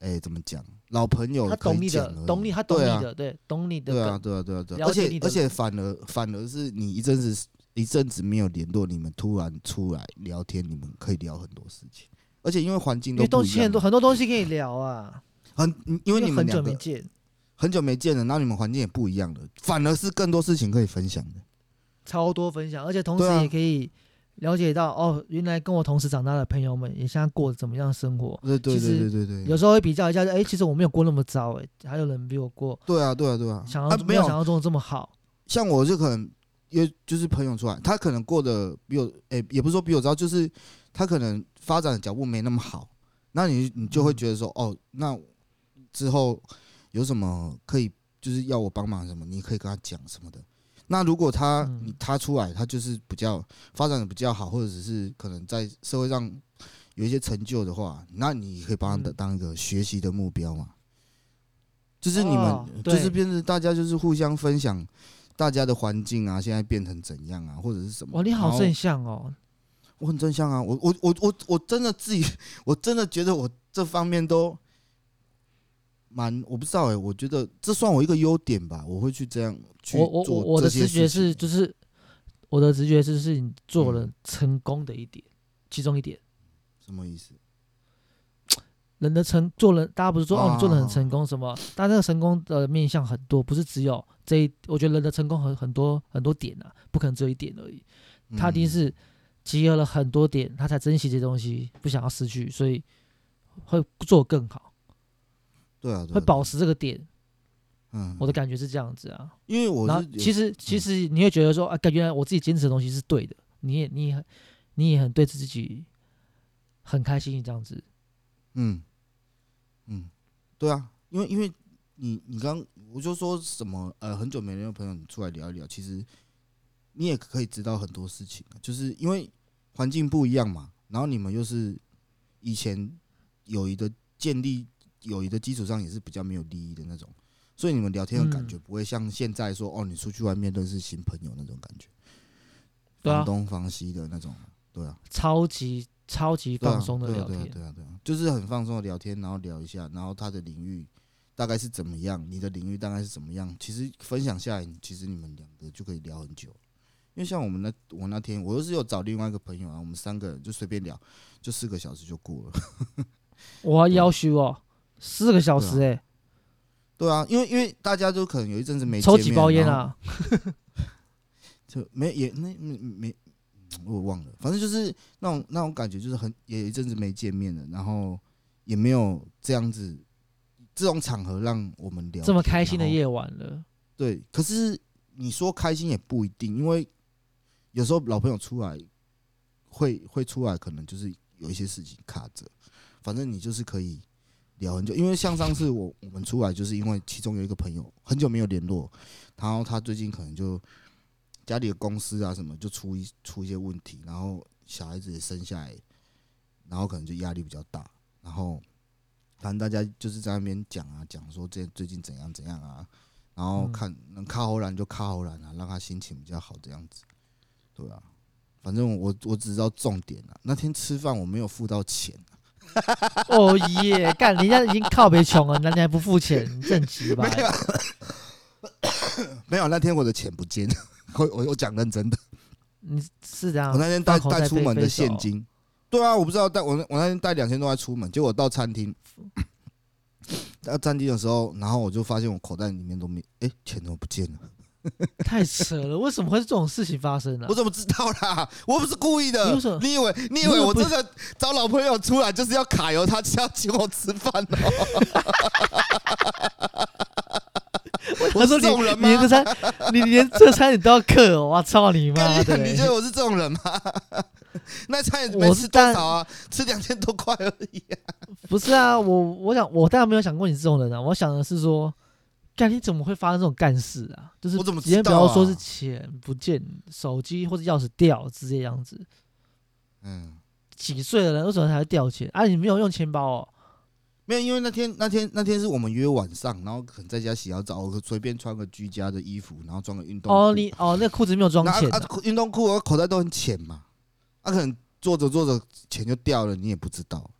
哎、怎么讲，老朋友
他
可以
懂你的
讲而，已
懂你，他懂你
对啊
的，对，懂你的
对啊
梗。
对啊对啊对啊，
了
而
解你
且
的
而且反而反而是你一阵子一阵子没有联络，你们突然出来聊天，你们可以聊很多事情，而且因为环境
因
都
为
不
东
一
西很
样
多
嘛，
很多东西可以聊啊，
很因
因
为你们
很久
两
没
个
见，
很久没见了，然后你们环境也不一样了，反而是更多事情可以分享的。
超多分享，而且同时
对啊
也可以了解到、哦，原来跟我同时长大的朋友们也现在过得怎么样的生活。
对对
其
对
实
对对对，
有时候会比较一下，哎、其实我没有过那么糟、哎，还有人比我过，
对啊，对啊，对啊。
想要、
啊
没
没
有想
有
象中的这么好。
像我就可能约就是朋友出来，他可能过得比我诶、也不是说比我糟，就是他可能发展的脚步没那么好，那你你就会觉得说、
嗯
哦，那之后有什么可以就是要我帮忙什么，你可以跟他讲什么的。那如果他
嗯
你他出来，他就是比较发展的比较好，或者只是可能在社会上有一些成就的话，那你可以把他
嗯
当一个学习的目标嘛。就是你
哦
们，就
对
是变成大家就是互相分享大家的环境啊，现在变成怎样啊，或者是什么。
哇，你好
然后
正向哦，
我很正向啊，我我我我我真的自己，我真的觉得我这方面都蛮，我不知道哎、我觉得这算我一个优点吧，我会去这样去
我我我
做
我的
这些
直觉
事情嗯
是，就是我的直觉是，是你做了成功的一点，其中一点。
什么意思？
人的成做人，大家不是说哦，
啊
你做的很成功什么？但这个成功的面向很多，不是只有这一。我觉得人的成功很很多很多点啊，不可能只有一点而已。
嗯
他一定是集合了很多点，他才珍惜这些东西，不想要失去，所以会做更好，
对啊，对啊
会保持这个点。
嗯，
我的感觉是这样子啊。
因为我
然后
是有嗯
其实其实你会觉得说啊，感觉我自己坚持的东西是对的，你也你也很你也很对自己很开心这样子。
嗯嗯，对啊，因为因为你你刚我就说什么呃，很久没联络的朋友，你出来聊一聊，其实你也可以知道很多事情啊，就是因为环境不一样嘛，然后你们又是以前友谊的建立友谊的基础上也是比较没有利益的那种，所以你们聊天的感觉
嗯
不会像现在说、哦，你出去外面认识新朋友那种感觉，
对啊
房东房西的那种，对啊。
超级超级
对啊
放松的
对啊
聊天，
对啊对啊对啊，就是很放松的聊天，然后聊一下，然后他的领域大概是怎么样，你的领域大概是怎么样。其实分享下来，其实你们两个就可以聊很久。因为像我们那我那天我又是有找另外一个朋友啊，我们三个人就随便聊，就四个小时就过了。 <laughs>
我要修哦，四个小时
啊对啊
哎、
对啊，因为因为大家都可能有一阵子没
抽
见
几
面
包烟，
然后
啊，
就没也那没没我忘了，反正就是那种那种感觉，就是很也有一阵子没见面了，然后也没有这样子这种场合让我们聊
这么
天
开心的。
然后
夜晚了，
对，可是你说开心也不一定，因为有时候老朋友出来会会出来，可能就是有一些事情卡着。反正你就是可以聊很久，因为像上次我我们出来，就是因为其中有一个朋友很久没有联络，然后他最近可能就家里的公司啊什么就出一出一些问题，然后小孩子也生下来，然后可能就压力比较大，然后反正大家就是在那边讲啊讲说这最近怎样怎样啊，然后
嗯
看能卡喉兰就卡喉兰啊，让他心情比较好这样子，对啊。反正我我只知道重点啊，那天吃饭我没有付到钱，啊
哦耶，干人家已经靠北穷了，那你还不付钱，你正急吧？
<laughs> 没有，那天我的钱不见， <laughs> 我我我讲认真的，
你是这样
我，那天带
放口袋
带出门的现
被
金，对啊，我不知道带我那我那天带两千多块出门，结果到餐厅，到餐厅的时候，然后我就发现我口袋里面都没，哎、钱怎么不见了？
太扯了，为什么会是这种事情发生啊呢、
我怎么知道啦？ <laughs> 我不是故意
你
的
为什么，
你以为你以
你为
为
什么
我
不
真的找老朋友出来就是要卡油，他是要请我吃饭哦？
<laughs> 他说
<laughs> 我是这种人
你你
吗
连这餐，你连这餐你都要克哦，我操你
干
妈
你
的
娘！你觉
嘞！
得我是这种人吗？ <laughs> 那餐也没
我是
吃多
当
少啊，吃两千多块而已、啊。
不是啊，我我想我当然没有想过你是这种人啊，我想的是说，干你怎么会发生这种干事啊？就是
我怎么
直接
知
不
道啊
要说是钱不见、手机或者钥匙掉之类这样子，
嗯。
几岁的人为什么还会掉钱？啊，你没有用钱包哦，
没有，因为那天那天那天是我们约晚上，然后可能在家洗好澡，我随便穿个居家的衣服，然后装个运动裤
哦你哦那裤子没有装
然后
钱、
啊
啊，
啊运动裤我口袋都很浅嘛，啊可能坐着坐着钱就掉了，你也不知道，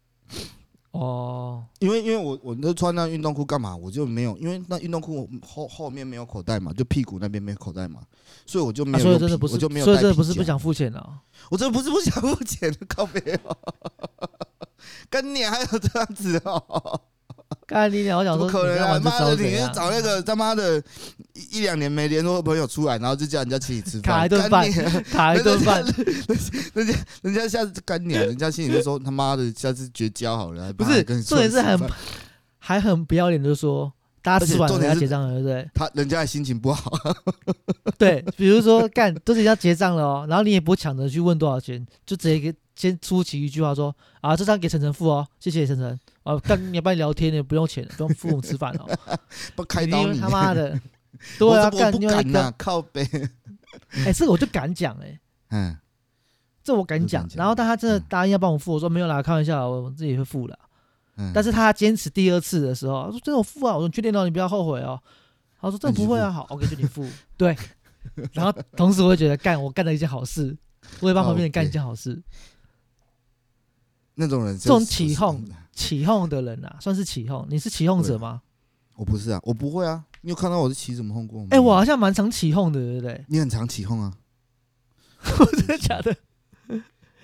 哦，
因为因为我我就穿那运动裤干嘛，我就没有，因为那运动裤后后面没有口袋嘛，就屁股那边没有口袋嘛，所以我就
啊
没
所以
有用皮、
真的不是，
我就没有
所以
带
真的
皮
不是
夹
不想付钱了、啊。
我真的不是不想付钱， <laughs> 靠背哦，跟你还有这样子哦。
干你娘！我想
怎
说，
么可能啊！
你在玩这
妈
招
的，
是怎
你是
样
找那个他妈的一一两年没联络的朋友出来，然后就叫人家请你吃饭，
卡一顿饭
干你 <laughs> 啊，
卡一顿饭，
人家人家下次干
<laughs>
你啊，人家心里就说他妈的，下次绝交好了。
不
妈
是
的跟你
重点是很
出来吃饭
还很不要脸的说，大家吃完
而且重
了
点
要
是
结账了，对不 <laughs> 对？
他人家还心情不好， <laughs>
对，比如说干都是要结账了哦，然后你也不会抢着去问多少钱，就直接给先出其一句话说啊，这张给晨晨付哦，谢谢晨晨。啊，干你要不然聊天也不用钱，不用付我们吃饭哦。
<laughs> 不开
你
刀
因为
你 <laughs>
他妈的，对啊，
我这我
干
不
另外
敢
一
呐
个，，<laughs>
靠背，
哎、这个我就敢讲哎、
嗯，
这我敢
这
讲
敢。讲
然后但他真的
嗯
答应要帮我付，我说没有啦，开玩笑，啊我我自己会付啦。
嗯
但是他坚持第二次的时候，他说真的我付啊，我说你确定哦，你不要后悔哦。他说这
那你
不会啊，好，OK 就你
<laughs>
付。对，然后同时我会觉得干我干了一件好事，我也帮旁边人干一件好事。
那种人这
这种起哄，起哄的人啊，算是起哄，你是起哄者吗？
我不是啊，我不会啊。你有看到我是起什么哄过吗？
哎、我好像蛮常起哄的，对不
<laughs>
对？
你很常起哄啊，
真的假的？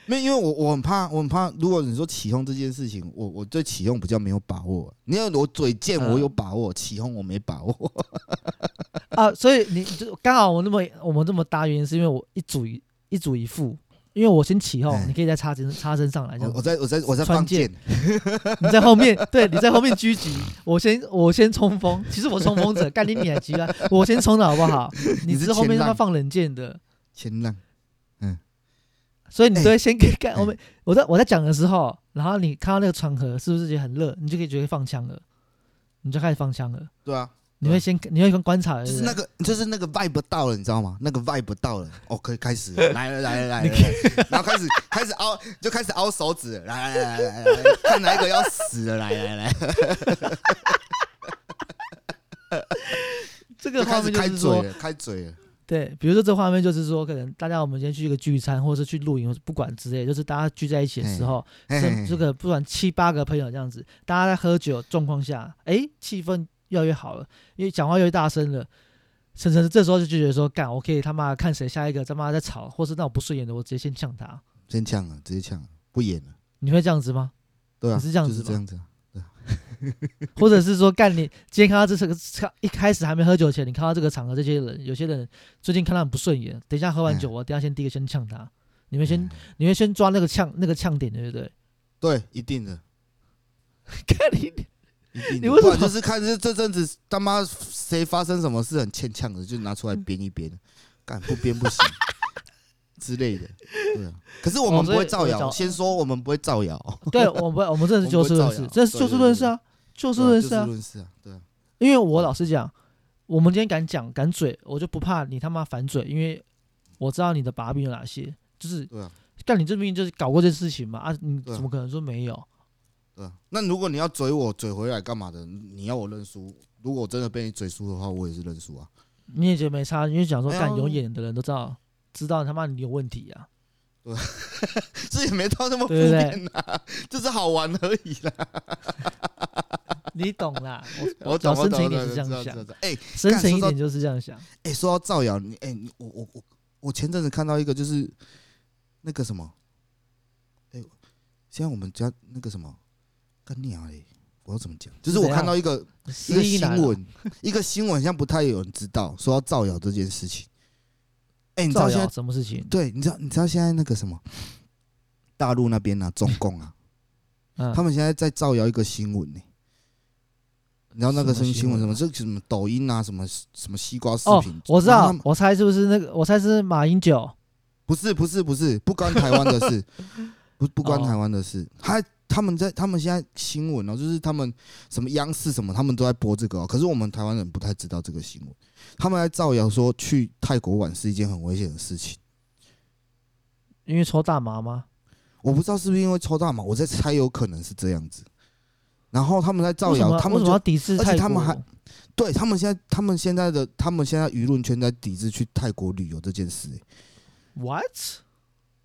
没有，因为我我很怕，我很怕。如果你说起哄这件事情，我我对起哄比较没有把握。你要我嘴贱，
嗯
我有把握；起哄我没把握。
<laughs> 啊，所以你就刚好我那么我们这么搭，原因是因为我一主一一主一副，因为我先起哄
哎，
你可以再插身插身上来，这
<laughs> 我
样
我在我在我在
穿
放
剑
箭，
你在后面， <laughs> 对你在后面狙击，我先我先冲锋，其实我冲锋
<laughs>
者，干你你还急啊，我先冲的好不好？你
是
是后面
前
他妈
浪
放冷箭的，
前浪。
所以你都会先给干、
哎
我们我在我在讲的时候，然后你看到那个场合是不是觉得很热，你就可以觉得放枪了，你就开始放枪了，
对啊，
你会先你会先观察，对
就
不
是
对
那个，就是那个 vibe 到了，你知道吗？那个 vibe 到了，哦，可以开始了来了，来了，来了，来了然后开始开始凹，就开始凹手指了，来来来来来来，看哪一个要死了，来来来，
这个
就
画
开始
面就
开
是
嘴
说，
了，开嘴了，
对，比如说这画面就是说，可能大家我们今天去一个聚餐，或者是去露营，或者不管之类，就是大家聚在一起的时候，
嘿嘿
这
嘿
这个不管七八个朋友这样子，大家在喝酒状况下，哎，气氛越来越好了，因为讲话越来越大声了。晨晨这时候就觉得说，干，我可以他妈看谁下一个他妈在吵，或是那我不顺眼的，我直接先呛他。
先呛了，直接呛了，不演了，
你会这样子
<laughs>
吗？
对啊，
你是这样
就
子
是
吗
这样子啊，
或者是说，干你今天看到这是个一开始还没喝酒前，你看到这个场合这些人，有些人最近看到很不顺眼，等一下喝完酒，我等一下先第一个先呛他。你会先
嗯
你会先抓那个呛那个呛点，对不 <laughs> 对？
对，一定的，
看你
一定的，
你为什么
不然就是看这这阵子他妈谁发生什么事很欠呛的，就拿出来编一编，干不
<laughs>
编不行之类的，对啊。可是我
哦
们
所
不会
以
造
我
谣，
找
先说我们不会造谣，
对我们我们真的是就事论
我
事
们不会造，
这
谣
是就事论事啊，就
就
事论事啊。
论事啊，对啊，
因为我老实讲，我们今天敢讲敢嘴，我就不怕你他妈反嘴，因为我知道你的把柄有哪些。就是
对啊，
干你这边就是搞过这事情嘛啊，你
对啊
怎么可能说没有？
对啊。那如果你要嘴我嘴回来干嘛的？你要我认输？如果我真的被你嘴输的话，我也是认输啊。 <laughs>
你也觉得没差，因为讲说
没有
干有眼的人都知道，知道他妈你有问题啊。
这也没到那么负
对不对
面啊，就是好玩而已啦。
你懂
<laughs>
啦，我
我懂，我
深
懂，
层一
我
点是
懂知
这
道
样
知
想
道，知道哎，
深层一
干说
点就是这样想。
哎、说到造谣，你哎、你我我我我前阵子看到一个，就是那个什么，哎、现在我们家那个什么，干娘嘞，我要怎么讲？就
是
是我
怎
看到
样
一个一
失
个
忆
新
男啊
闻，一个新闻，好像不太有人知道，说要造谣这件事情。哎、你知道
造
现
谣
在
什么事情？
对，你知道你知道现在那个什么，大陆那边啊，中共啊，
嗯
他，们现在在造谣一个新闻呢、你知道那个
什么
新
新
新
闻
闻什么？
啊
这什么抖音啊，什么什么西瓜视
哦
频？，
我知
然后他
道
们，
我猜是不是那个？我猜是马英九。
不是不是不是，不关台湾的事， <laughs> 不不关
哦
台湾的事。他他们在他们现在新闻哦，就是他们什么央视什么，他们都在播这个、哦。可是我们台湾人不太知道这个新闻，他们在造谣说去泰国玩是一件很危险的事情。
因为抽大麻吗？
我不知道是不是因为抽大麻，我在猜有可能是这样子。然后他们在造
为什么
谣，他
为
们
什么要
就
抵制
而且
泰国？
他们还对他们现在他们现在的他们现在舆论圈在抵制去泰国旅游这件事、欸
what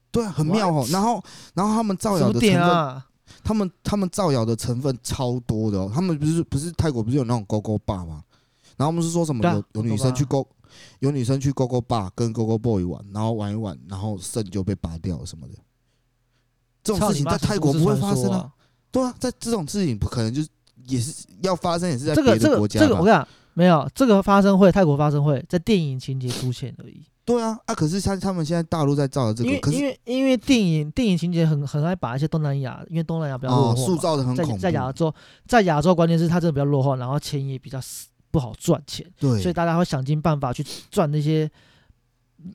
对啊，很妙哦。
What？
然后然后他们造
什
谣
么
的成
点
分
啊？
他们他们造谣的成分超多的哦。他们不是不是泰国不是有那种勾勾爸吗？然后他们是说什么
对啊
有有
Gogo
女生去
爸
勾，有女生去勾勾爸跟勾勾 boy 玩，然后玩一玩，然后肾就被拔掉什么的。这种
操
事
你
情
妈
在泰国不会发
什么都市
生
传说
啊
啊！！
对啊，在这种事情不可能就是也是要发生，也是在
这
别
个这
的国
个
家
这个，
吧
我跟你讲，没有这个发生会，泰国发生会在电影情节出现而已。
对啊啊！可是像他们现在大陆在造的这
因
个，
为
可
因
是
为因为电影电影情节很很爱把一些东南亚，因为东南亚比较落
哦，
后
塑
嘛、
造的很
在
恐
在亚
怖，
洲，在亚洲关键是它真的比较落后，然后钱也比较死不好赚钱，所以
对
大家会想尽办法去赚那些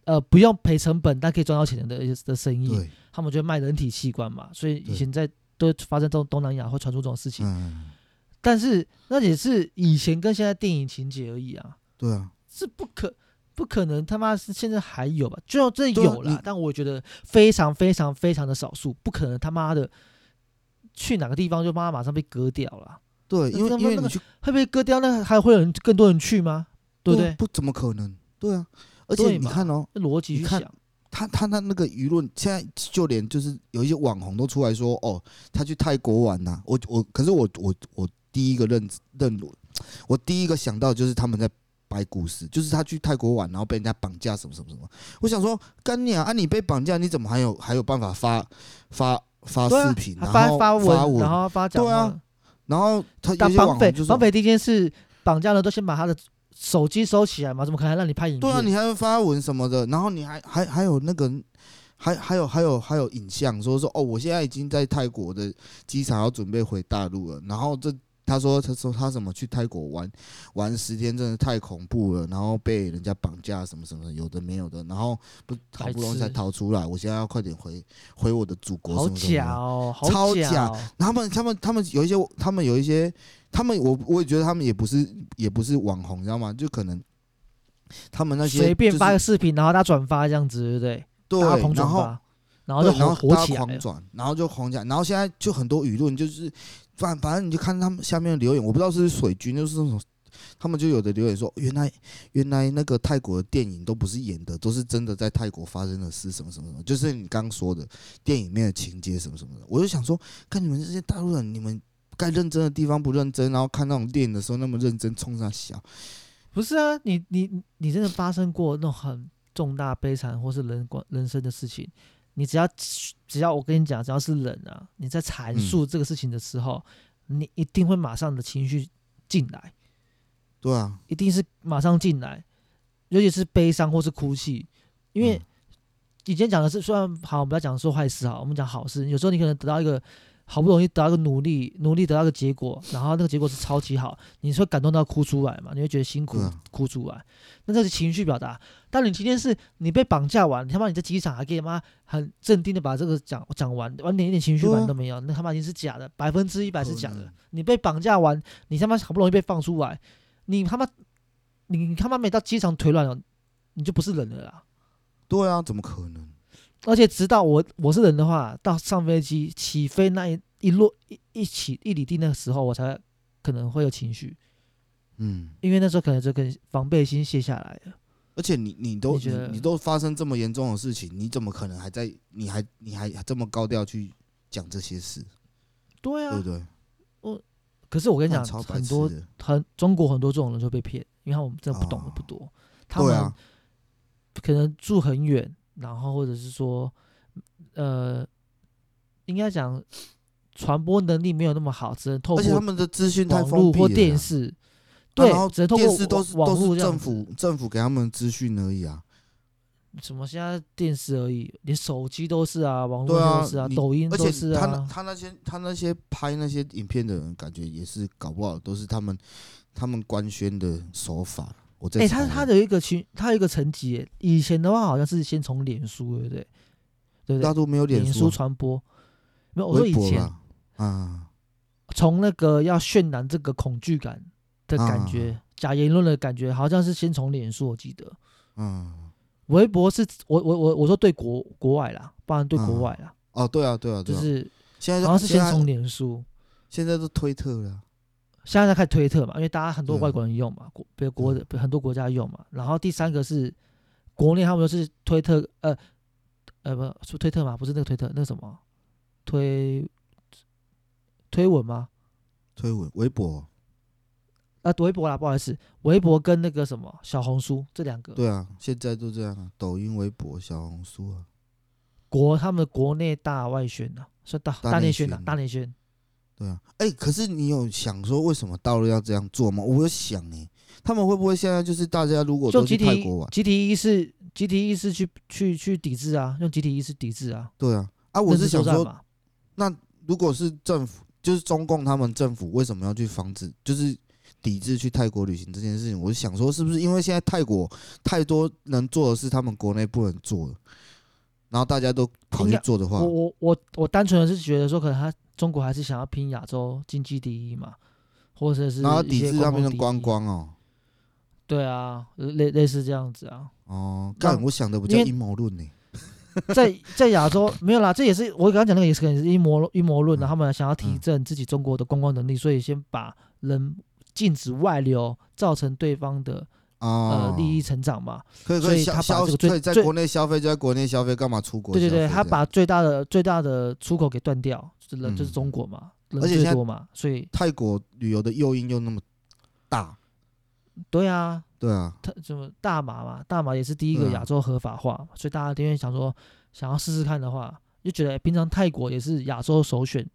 呃不用赔成本但可以赚到钱的的生意。
对，
他们就会卖人体器官嘛，所以以
对
前在都发生这种东南亚会传出这种事情，
嗯，
但是那也是以前跟现在电影情节而已啊。
对啊，
是不可不可能，他妈是现在还有吧？就这
对啊
有啦，
你
但我觉得非常非常非常的少数，不可能他妈的去哪个地方就妈马上被割掉了，
对，
那
因为
他妈
因为
那
你
个
去，
会被割掉，那还会有人更多人去吗？对不对？
不怎么可能，对啊。而
对
且你
嘛
看哦，
那逻辑
你
去
看
想，
他他那那个舆论，现在就连就是有一些网红都出来说，哦，他去泰国玩呐、我我，可是我我我第一个认认我，我第一个想到就是他们在掰故事，就是他去泰国玩，然后被人家绑架什么什么什么。我想说，干你啊！啊，你被绑架，你怎么还有还有办法发发发
对
视
啊
频，，
他
然
发
后
文，
文，
然后发讲
对啊
话
然后他有
绑
些
绑
网
匪
红就
绑
说，
匪第一件事绑架了，都先把他的手机收起来嘛，怎么可能还让你拍影片？
对啊，你还会发文什么的，然后你还还还有那个，还还有还有还有影像，说说哦，我现在已经在泰国的机场要准备回大陆了。然后这他说他说他怎么去泰国玩玩十天，真的太恐怖了，然后被人家绑架什么什么的有的没有的，然后不好不容易才
白痴
逃出来，我现在要快点回回我的祖国
好
什么什么的
假哦，好
超
假
假
哦，
他们他们他们有一些，他们有一些，他们我我也觉得他们也不是也不是网红，你知道吗？就可能他们那些
随便
就是
发个视频，然后大家转发这样子，对不对？大家
对，
狂
然
转
后
发，然后
对
就
然
火
后
火
大
起
家
来
狂
了。
转，然后就狂讲，然后现在就很多舆论就是反反正你就看他们下面的留言，我不知道是不是水军，就是那种他们就有的留言说，原来原来那个泰国的电影都不是演的，都是真的在泰国发生的事，什么什么什么，就是你刚说的电影里面的情节什么什么的。我就想说，看你们这些大陆人，你们该认真的地方不认真，然后看那种电影的时候那么认真，冲上笑。
不是啊，你你你真的发生过那种很重大悲惨或是人关人生的事情，你只要只要我跟你讲，只要是人啊，你在阐
嗯
述这个事情的时候，你一定会马上的情绪进来，
对啊，
一定是马上进来，尤其是悲伤或是哭泣，因为
嗯
以前讲的是，虽然好，我们不要讲说坏事好，我们讲好事。有时候你可能得到一个好不容易得到一个努力，努力得到一个结果，然后那个结果是超级好，你是会感动到哭出来嘛？你会觉得辛苦、
对啊
哭出来。那这是情绪表达。当你今天是你被绑架完，你他妈你在机场还可以他妈很镇定的把这个讲讲完，完连一点情绪
对
完
啊
都没有，那他妈已经是假的，百分之一百是假
可
的
能。
你被绑架完，你他妈好不容易被放出来，你他妈你你他妈没到机场腿软了，你就不是人了啦。
对啊，怎么可能？
而且直到我我是人的话，到上飞机起飞那一一落一一起一里地那个时候，我才可能会有情绪，
嗯。
因为那时候可能就跟防备心卸下来了。
而且你你都
你
你
觉得
你都发生这么严重的事情，你怎么可能还在你还你还这么高调去讲这些事，
对
对不对？
可是我
我
跟你讲，
超白
很
痴
多
的
很中国很多这种人就被骗，因为他们真的不懂的
哦
不多，他
对
们
啊，
可能住很远，然后或者是说，呃，应该讲传播能力没有那么好，只能透
而且他
过
们的资讯太
网
封
络
闭
或
了
电
啦，
视，
对
对
然后，
只能透
电
过
视都是
网
都
网络
是
这样
政
子
府。政府给他们资讯而已啊。
什么现在电视而已，连手机都是啊，网络
对啊
都是啊，
你
抖音
而
都
且
是
他那
啊，
他那些他那些拍那些影片的人，感觉也是搞不好都是他们他们官宣的手法。我在
哎、
猜
他
啊
他的有一个群，他有一个层级耶，以前的话好像是先从脸书，对不对？对不
大
对？
陆没有脸
脸
书
书
啊，
传播，没有，我说
微
以
博
前
吧，啊，
从那个要渲染这个恐惧感的感觉，
啊
假言论的感觉，好像是先从脸书，我记得。
嗯，
微博是我我我我说对国国外啦，不然对国
嗯
外啦，
哦，对啊，对啊，
就
对啊，
是
现在
好像
就
是
现
先
在
从脸书，
现在都推特了啊。
现在在看推特嘛，因为大家很多
对
外国人用
嗯
嘛，国别国的很多国家用嘛。然后第三个是国内，他们就是推特，呃呃，不是推特嘛，不是那个推特，那个什么推推文吗？
推文、微博，
啊，微博啦，不好意思，微博跟那个什么小红书这两个
对啊，现在都这样啊，抖音、微博、小红书啊，
国，他们国内大外宣呐、啊，算大
大
大
内
内宣呐、
宣啊
大内宣。
对啊。哎、可是你有想说为什么大陆要这样做吗？我有想哎、他们会不会现在就是大家如果
就
都
集体
去泰国玩，
集体意识，集体意识去去去抵制啊，用集体意识抵制啊。
对啊，啊，我
认
是
知作
想
战
说，
嘛，
那如果是政府，就是中共他们政府为什么要去防止，就是抵制去泰国旅行这件事情？我是想说，是不是因为现在泰国太多能做的是他们国内不能做的，然后大家都跑
应
去
该
做的话
我，我我我单纯的是觉得说，可能他中国还是想要拼亚洲经济第一嘛，或者是
然后
一
抵
些
制他们的
第一
观，光哦、
对啊，类类似这样子啊， <laughs>
哦，
那
干，我想的不叫
因为
阴谋论呢。
在在亚洲 <laughs> 没有啦，这也是我刚刚讲那个也是可能是阴谋阴谋论啊，
嗯
他们想要提
嗯
振自己中国的观光能力，所以先把人禁止外流，造成对方的
哦
呃，利益成长嘛。
可以
所
可
以
以
他
消
把
消，
这个最
可以在
最
国内消费就在国内消费，干嘛出国消
对对
费这
对，
样？
他把最大的最大的出口给断掉，就是人就是
嗯
中国嘛，人
而且现
最
在
多嘛，所以
泰国旅游的诱因又那么大，
对啊，
对啊，
他什么大麻嘛，大麻也是第一个
对啊
亚洲合法化，所以大家因为想说想要试试看的话，就觉得、哎诶平常泰国也是亚洲首选，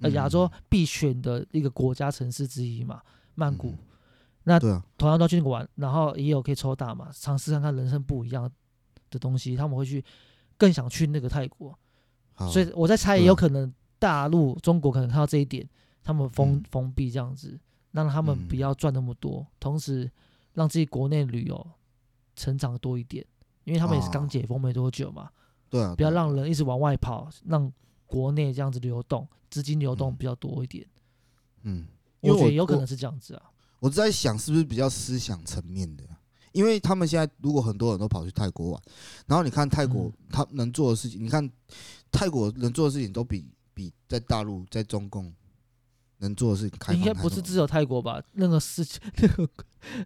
呃，
嗯
亚洲必选的一个国家城市之一嘛，曼谷。
嗯
那
对啊，
同样都要去那个玩，然后也有可以抽大麻，尝试看看人生不一样的东西，他们会去更想去那个泰国，
好
所以我在猜，
对啊
也有可能大陆、中国可能看到这一点，他们封、
嗯
封闭这样子，让他们不
嗯
要赚那么多，同时让自己国内旅游成长多一点，因为他们也是刚
哦
解封没多久嘛，
对啊，
不要
对啊
让人一直往外跑，让国内这样子流动，资金流动
嗯
比较多一点，
嗯，因
我
为
觉
我
得有可
我
能是这样子啊。
我在想是不是比较思想层面的啊、因为他们现在如果很多人都跑去泰国玩，然后你看泰国
嗯
他能做的事情，你看泰国能做的事情都比比在大陆在中共能做的事情开
应
放
该
太
不是
多
只有泰国吧？任何世
<laughs>
界、任何任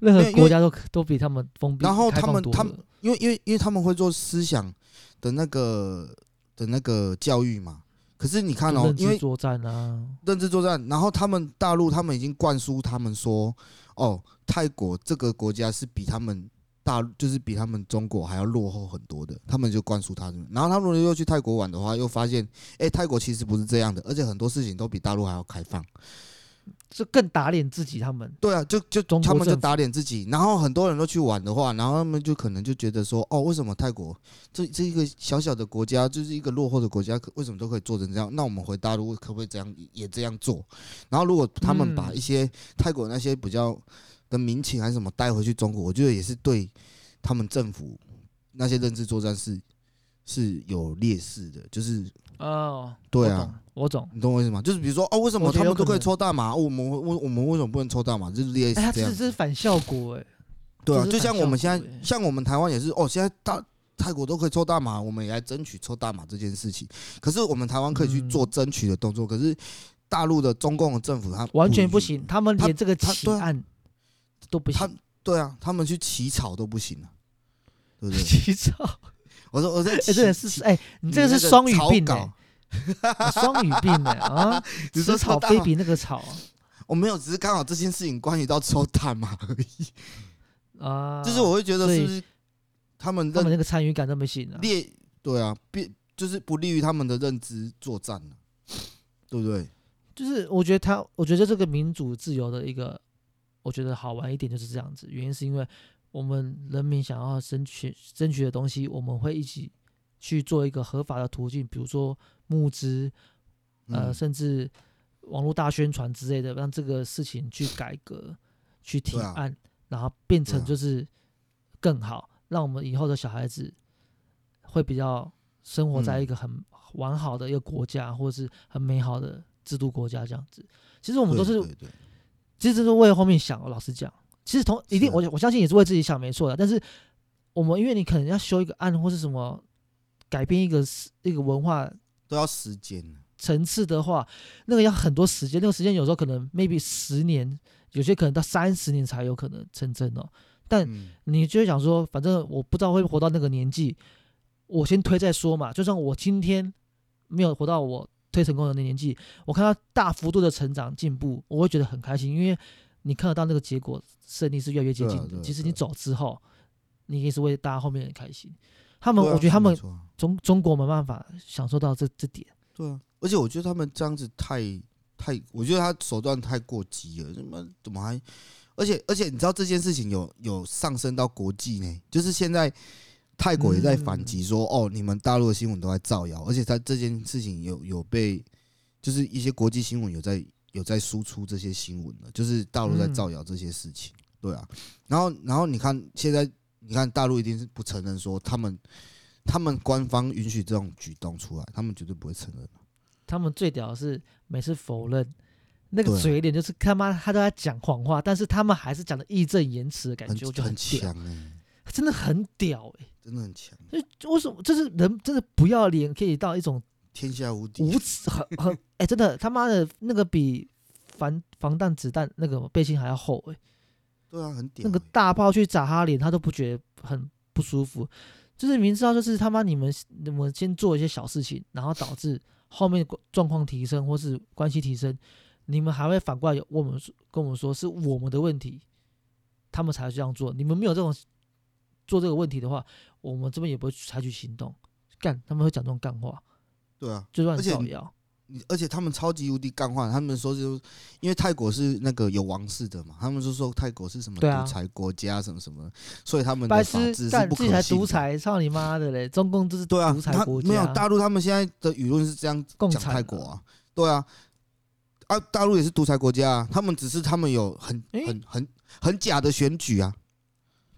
没有
何
因
国
为
家都都比他们封闭，
然后
开
他
放
们
多
他
了
们因为因为因为他们会做思想的那个的那个教育嘛。可是你看
就
哦
认，
因为
知作战啊，
认知作战，然后他们大陆他们已经灌输他们说，哦，泰国这个国家是比他们大，就是比他们中国还要落后很多的，他们就灌输他们。然后他们又去泰国玩的话，又发现，哎，泰国其实不是这样的，而且很多事情都比大陆还要开放。
这更打脸自己他们。
对啊，就就
中国
他们就
政府
打脸自己，然后很多人都去玩的话，然后他们就可能就觉得说，哦，为什么泰国这这一个小小的国家，就是一个落后的国家，可为什么都可以做成这样？那我们回大陆可不可以这样也这样做？然后如果他们把
嗯
一些泰国那些比较的民情还是什么带回去中国，我觉得也是对他们政府那些认知作战是是有劣势的，就是
哦，
对
我
啊
懂，我懂。
你懂我意思吗？就是比如说，哦，为什
我
么
觉得
他们
有可
都可以
能
抽大麻，哦我们我我们为什么不能抽大麻？就是劣势
哎，他
这
这
样。
这是反效果哎。
对啊，
这是
就
反
像我们现
效
在
果，欸
像我们台湾也是哦，现在大泰国都可以抽大麻，我们也来争取抽大麻这件事情。可是我们台湾可以去
嗯
做争取的动作，可是大陆的中共的政府他
完全
允
不
许
行，，他们
他
连这个
他
起
对啊
案都不
他
行，
对啊，他们去起草都不行啊，对
<laughs>
不对？
起草。
我说我在
哎，
起，
这个哎是
起
哎，你这个
那
是双语
草
病
稿
哎，啊双语病
<laughs>
哎啊，
你
此
说
草
抽大
非
麻，
彼那个草
我没有，只是刚好这件事情关于到抽
<laughs>
大麻而已。
啊。
就是我会觉得
所
是
以
不是他们
他们
认
那个参与感都没行啊。
列对啊，变就是不利于他们的认知作战了，对不对？
就是我觉得他，我觉得这个民主自由的一个，我觉得好玩一点就是这样子。原因是因为我们人民想要争取争取的东西，我们会一起去做一个合法的途径，比如说募资，呃，
嗯
甚至网络大宣传之类的，让这个事情去改革、去提
对啊
案，然后变
对
成
啊
就是更好，让我们以后的小孩子会比较生活在
嗯
一个很完好的一个国家，或者是很美好的制度国家这样子。其实我们都是
对，对对
其实都是为后面想。老实讲，其实同一定
是啊
我我相信也是为自己想没错的，但是我们因为你可能要修一个案或是什么，改变一个一个文化
都要时间啊。
层次的话，那个要很多时间，那个时间有时候可能 maybe 十年，有些可能到三十年才有可能成真哦。但
嗯，
你就会想说，反正我不知道会不会活到那个年纪，我先推再说嘛。就算我今天没有活到我推成功的那年纪，我看到大幅度的成长进步，我会觉得很开心，因为你看得到那个结果，胜利是越来越接近
对啊对
的。
啊
其实
对啊
你走之后，你也是为大家后面很开心。他们，
对啊
我觉得他
是没
们
错啊
中中国没办法享受到这这点。
对啊，而且我觉得他们这样子太太，我觉得他手段太过激了，他妈怎么还？而且而且你知道这件事情有有上升到国际呢，就是现在泰国也在反击说，哦，你们大陆的新闻都在造谣，而且他这件事情有有被，就是一些国际新闻有在有在输出这些新闻了，就是大陆在
嗯
造谣这些事情，对啊，然后然后你看现在你看大陆一定是不承认说他们。他们官方允许这种举动出来，他们绝对不会承认。
他们最屌的是每次否认，那个
对啊
嘴脸就是他妈他都在讲谎话，但是他们还是讲的义正言辞的感
很
觉，我觉得
很
屌，
强哎，
真的很屌哎、
真的很强，
这为什么这是人真的不要脸，可以到一种
天下无敌。
无耻，很很
<laughs>
哎、真的他妈的那个比防防弹子弹那个背心还要厚哎、
对啊，很屌
那
欸。
个大炮去砸他脸，他都不觉得很不舒服。就是明知道，就是他妈你们你们先做一些小事情，然后导致后面状况提升或是关系提升，你们还会反过来有问我们说跟我们说是我们的问题，他们才这样做。你们没有这种做这个问题的话，我们这边也不会采取行动。干，他们会讲这种干话，
对啊，
就乱
而且
造谣。
你而且他们超级无敌干话，他们说就是因为泰国是那个有王室的嘛，他们就说泰国是什么
对啊
独裁国家什么什么，所以他们
白
的法
痴
治是
干
不
自
可
己才
信
独
的。
裁，操你妈的嘞！中共就是
对啊
独，裁
他
国家，
没有大陆，他们现在的舆论是这样
共
讲
产
泰国啊，对啊，啊，大陆也是独裁国家啊，他们只是他们有很
诶
很很很假的选举啊，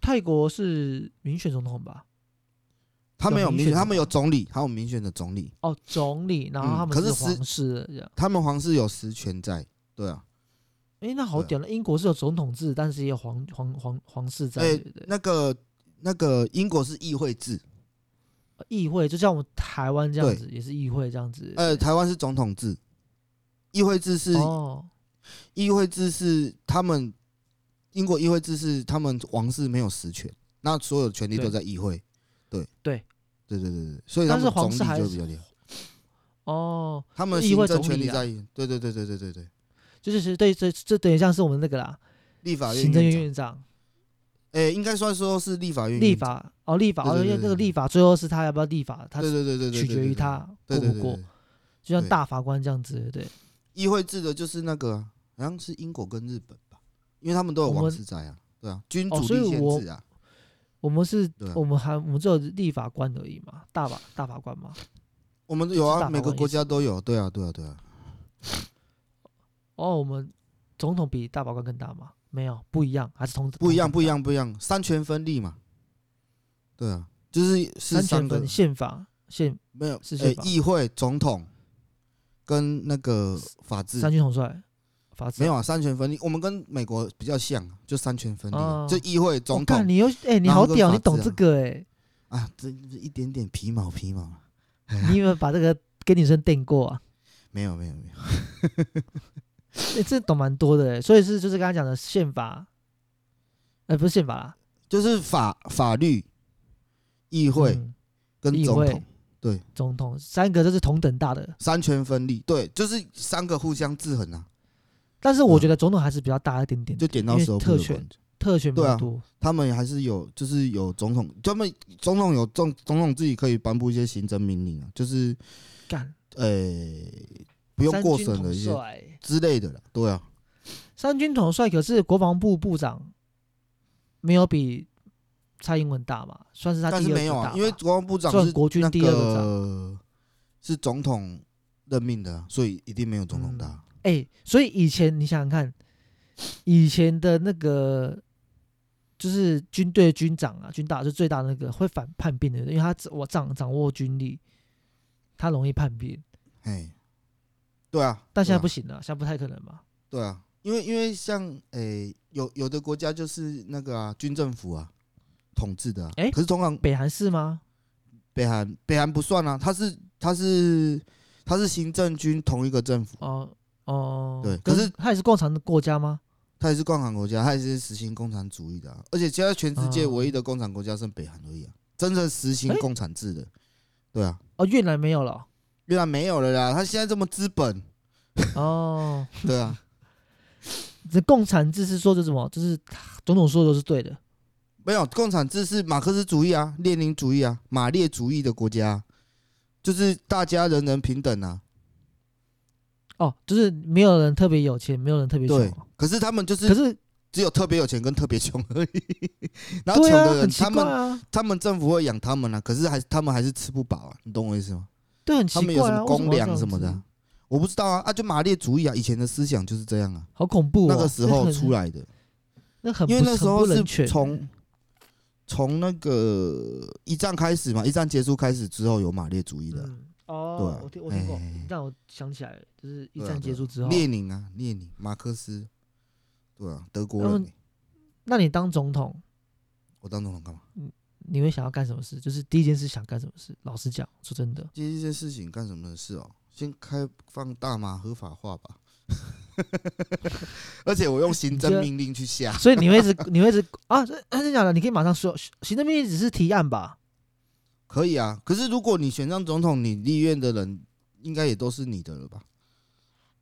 泰国是民选总统吧？
他们
有
有
民
民
选
选，他
的
们有总理，还有民选的总理，
哦，总理，然后
嗯
他们
可是实
皇室的这样。
他们皇室有实权在，对啊，
哎，那好
对啊
屌了！英国是有总统制，但是也有皇皇皇皇室在，
诶
对不对？
那个那个英国是议会制，
哦议会就像我们台湾这样
对
子，也是议会这样子。
呃，台湾是总统制，议会制是
哦，
议会制是他们英国议会制是他们王室没有实权，那所有权利都
对
在议会。对
对
对对对对，所以他
但是
们
皇
总
室
理
还
就是比较厉害，
哦，
他们
议
行
会
政
总
权
理
力
啊
在议。对对对对对对对，
就是是对，这这等于像是我们那个啦，
立法院
行政
院
院
长，
院长、
诶，应该算说是立法院
立
院长，
法哦，立法哦，
对对
因
对
为那个
对对
立法最后是他要不要立法，他
对对对对对，
取
对
决于，他过
对对
不
对对对
过
对，，
就像
对
大法官这样子，对不对。
议会制的就是那个啊好像是英国跟日本吧，因为他们都有
我们
王室在啊，对啊，君
哦
主
所以
立宪
我
制啊，
我们是
对啊，
我们还我们只有立法官而已嘛，大法大法官嘛。
我们有
是大
啊，
法
每个
官也
国
是
家都有，对啊对啊对啊，
哦，我们总统比大法官更大吗？没有，不一样，还是同
不一样，
同等
不一样，不一样，三权分立嘛。对啊，就是是
三
三
权
个
分宪法宪
没有
是
呃
宪法
议会、总统跟那个法治
三军统帅法治
没有啊，三权分立。我们跟美国比较像，就三权分立啊，
哦
就议会、
我
总
看、
统
你又哎、你
然
好
后跟
屌，
法
你懂
治啊
这个哎、
啊，这这一点点皮毛皮毛，
你有没有把这个给女生电过啊？
没有没有没有，
哎、这懂蛮多的哎、所以是就是刚才讲的宪法，哎、不是宪法啦，
就是法法律、议会
嗯
跟
议
总
会
统对
总统三个都是同等大的，
三权分立，对，就是三个互相制衡啊，
但是我
嗯
觉得总统还是比较大一点点，
就点到
因为
时候
特权特权比
对
较
啊
多。
他们还是有，就是有总统，他们总统有总总统自己可以颁布一些行政命令啊，就是
干、
呃、不用
三
过
军
审
统
的一些
帅
之类的了。对啊，
三军统帅可是国防部部长，没有比蔡英文大嘛，算是他第
但
二
是
个
没有
大
啊
吧，
因为国防部长
算
是
国军
那
第二个
个是总统任命的啊、所以一定没有总统大。
哎、所以以前你想想看，以前的那个就是军队军长啊，军大就最大的那个会反叛变的人，因为他掌握掌掌握军力，他容易叛变。
哎、对啊，
嗯但现在
对啊
不行了、现在不太可能嘛。
对啊，因为因为像诶、有有的国家就是那个啊军政府啊统治的、啊，
诶
可是通常
北韩是吗？
北韩北韩不算啊，他是他是他是行政军同一个政府，
哦、哦、
对
跟
可是
他也是共产的国家吗？
他也是共产国家，他也是实行共产主义的、啊，而且现在全世界
哦
唯一的共产国家剩北韩而已啊，真正实行
诶
共产制的，对啊，
哦，越南没有了。
越南没有了啦，他现在这么资本，
哦，
对啊，
这共产制是说的什么？就是总统说的都是对的。
没有共产制是马克思主义啊、列宁主义啊、马列主义的国家啊、就是大家人人平等啊，
哦，就是没有人特别有钱，没有人特别
对
穷。，
可是他们就
可
是
是
只有特别有钱跟特别穷
<laughs>
而已，然后
对
穷
啊，
的人、
很奇
他
怪
们
啊，
他们政府会养他们啊，可是还他们还是吃不饱啊，你懂我意思吗？
对，很
他
奇
们有
怪
什
啊，
么
为什么
公
要这
粮
样
什么的啊、
子
我不知道啊，啊，就马列主义啊，以前的思想就是这样啊，
好恐怖哦。
那个时候出
来，
来的，
那 <laughs> 很不
因为那时候
很不人
是
权
从从那个一战开始嘛，一战结束开始之后有马列主义的啊，
嗯
对
哦
啊，
我听我听过
哎哎哎，
让我想起来了，就是一
对啊
战
对
结
啊
束之后，
列宁啊，列宁，马克思，对啊，德国人
他们
欸、
那你当总统，
我当总统干嘛？
你会想要干什么事？就是第一件事想干什么事？老实讲，说真的， <laughs>
第一件事情干什么事哦？先开放大麻合法化吧， <laughs> 而且我用行
你觉
政
得
命令去下，
所以你会一直你会一直啊，这还是讲的，你可以马上说，行政命令只是提案吧？
可以啊。可是如果你选上总统，你立院的人应该也都是你的了吧？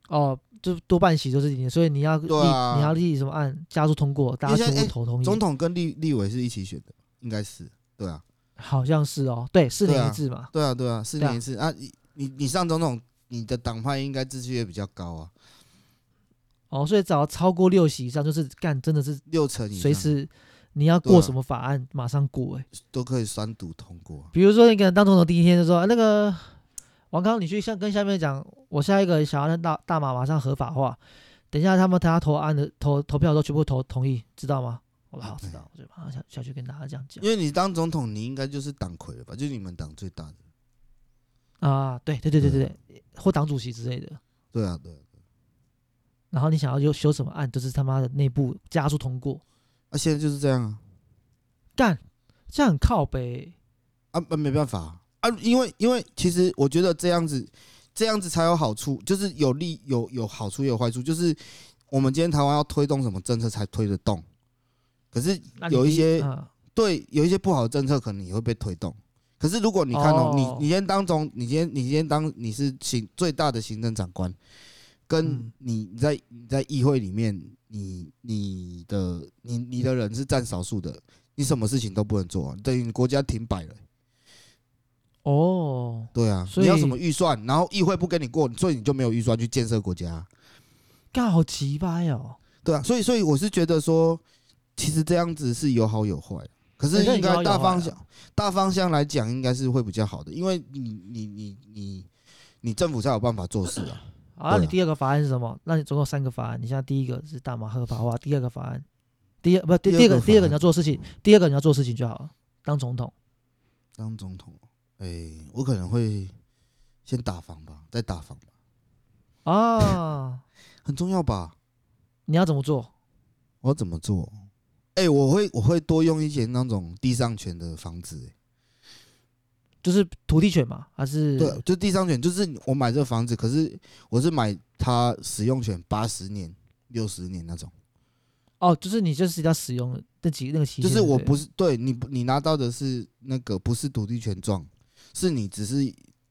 哦，就多半席都是你的，所以你要立、
对啊
你要立什么案，加速通过，大家
因为
全
现在哎
部投同意，
总统跟立立委是一起选的，应该是对啊，
好像是哦，对，四
对
年
啊
一制嘛，
对啊，对啊，四
对啊
年一次啊。你你你上总统，你的党派应该秩序也比较高啊，
哦，所以只要超过六席以上，就是干真的是
六成以
随
上
时你要
对
过
啊
什么法案、马上过、欸，
都可以三读通过啊、
比如说你可能当总统第一天就说、啊那个王康，你去向跟下面讲，我下一个想要让大大马马上合法化，等一下他们大家投案的投投票的时候全部投同意，知道吗？我说好知道，我就马上下下去跟大家这样讲
因为你当总统，你应该就是党魁了吧？就是你们党最大的。
啊，对对对对
对
对
啊
对，或党主席之类的。
对啊，对啊。
然后你想要修修什么案，就是他妈的内部加速通过，
啊，现在就是这样啊，
干，这样很靠北。
啊啊，没办法啊，啊因为因为其实我觉得这样子，这样子才有好处，就是有利有有好处也有坏处，就是我们今天台湾要推动什么政策才推得动，可是
那你
有一些
啊
对有一些不好的政策可能也会被推动。可是如果你看哦，
哦
你你先当总，你今天你今天当你是行最大的行政长官，跟
嗯
你你在你在议会里面，你你的你你的人是占少数的，你什么事情都不能做、啊，等于你国家停摆了、
哦，
对啊，
所
你要
以
什么预算，然后议会不给你过，所以你就没有预算去建设国家啊、
干好奇掰哦。
对啊，所以所以我是觉得说，其实这样子是有好有坏，可是
欸那
应
你有好
该
有
大
坏
方
啊
向、大方向来讲，应该是会比较好的，因为你你你你你政府才有办法做事啊。
好，那
对
你
啊
第二个法案是什么？那你总共三个法案，你现在第一个是大麻合法化，第二个法案，第二不第
第二
第二
个
个第二
法
个
案
你要做的事情，第二个你要做的事情就好了，当总统。
当总统，哎、我可能会先打房吧，再打房吧，
啊，
很重要吧？
你要怎么做？
我要怎么做？哎、我会我会多用一些那种地上权的房子、欸
就是土地权嘛，还是
对，就地上权，就是我买这个房子，可是我是买它使用权八十年、六十年那种。
哦，就是你就是要使用的那几那个期
就
限，
是我不
是
是对你不，你拿到的是那个不是土地权状，是你只是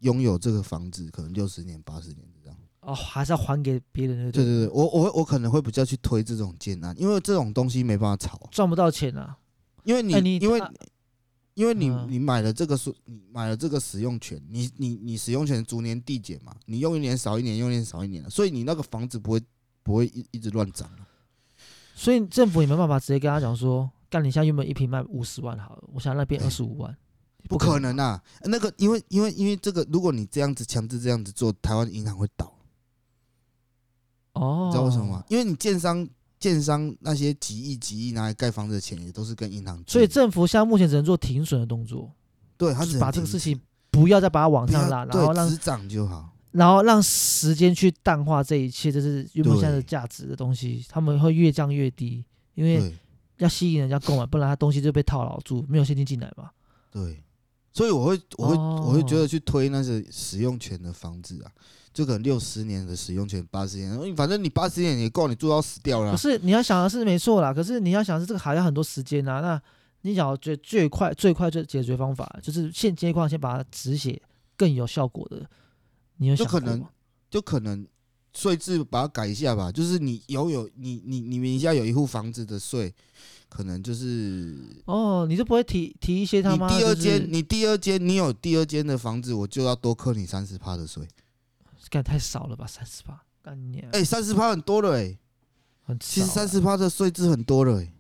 拥有这个房子，可能六十年、八十年这样。
哦，还是要还给别人的，
对
对了，
对对，我我会我可能会比较去推这种建案，因为这种东西没办法炒啊，
赚不到钱啊。
因为你
哎你
因为
啊
因为你
嗯
你买了这个所你买了这个使用权，你你你使用权逐年递减嘛，你用一年少一年，用一年少一年啊所以你那个房子不会不会一一直乱涨啊。
所以政府也没办法直接跟他讲说，干你现在原本一平卖五十万好了，我想那边二十五万，
哎不可能啊！那个，因为因为因为这个，如果你这样子强制这样子做，台湾银行会倒。
哦，
你知道为什么吗？？因为你建商建商那些几亿几亿拿来盖房子的钱，也都是跟银行借的，
所以政府现在目前只能做停损的动作，
对他
就
只
是
能
把这个
停
事
止
情不要再把它往
不要
上拉，然
对
后让
只涨就好。
然后让时间去淡化这一切，这是原本现在的
对
价值的东西，他们会越降越低，因为
对
要吸引人家购买，不然他东西就被套牢住，没有现金进来嘛。
对，所以我会我会、
哦
我会觉得去推那些使用权的房子啊，就可能六十年的使用权，八十年，因为反正你八十年也够你住到死掉了
可
啊。
是你要想的是没错啦，可是你要想的是这个还要很多时间啊。那你想要最最快最快最解决方法，就是现阶段先把它止血更有效果的，你有
就
想过
可能
吗
就可能税制把它改一下吧，就是你拥有你你你名下有一户房子的税，可能就是
哦，你就不会提提一些他
你
妈
第二
就是
间，你第二间，你有第二间的房子，我就要多扣你三十趴的税。
干太少了吧，三十八干你、啊，
哎、三十趴很多了哎、
很
其实
少啊
三十趴的税制很多了哎、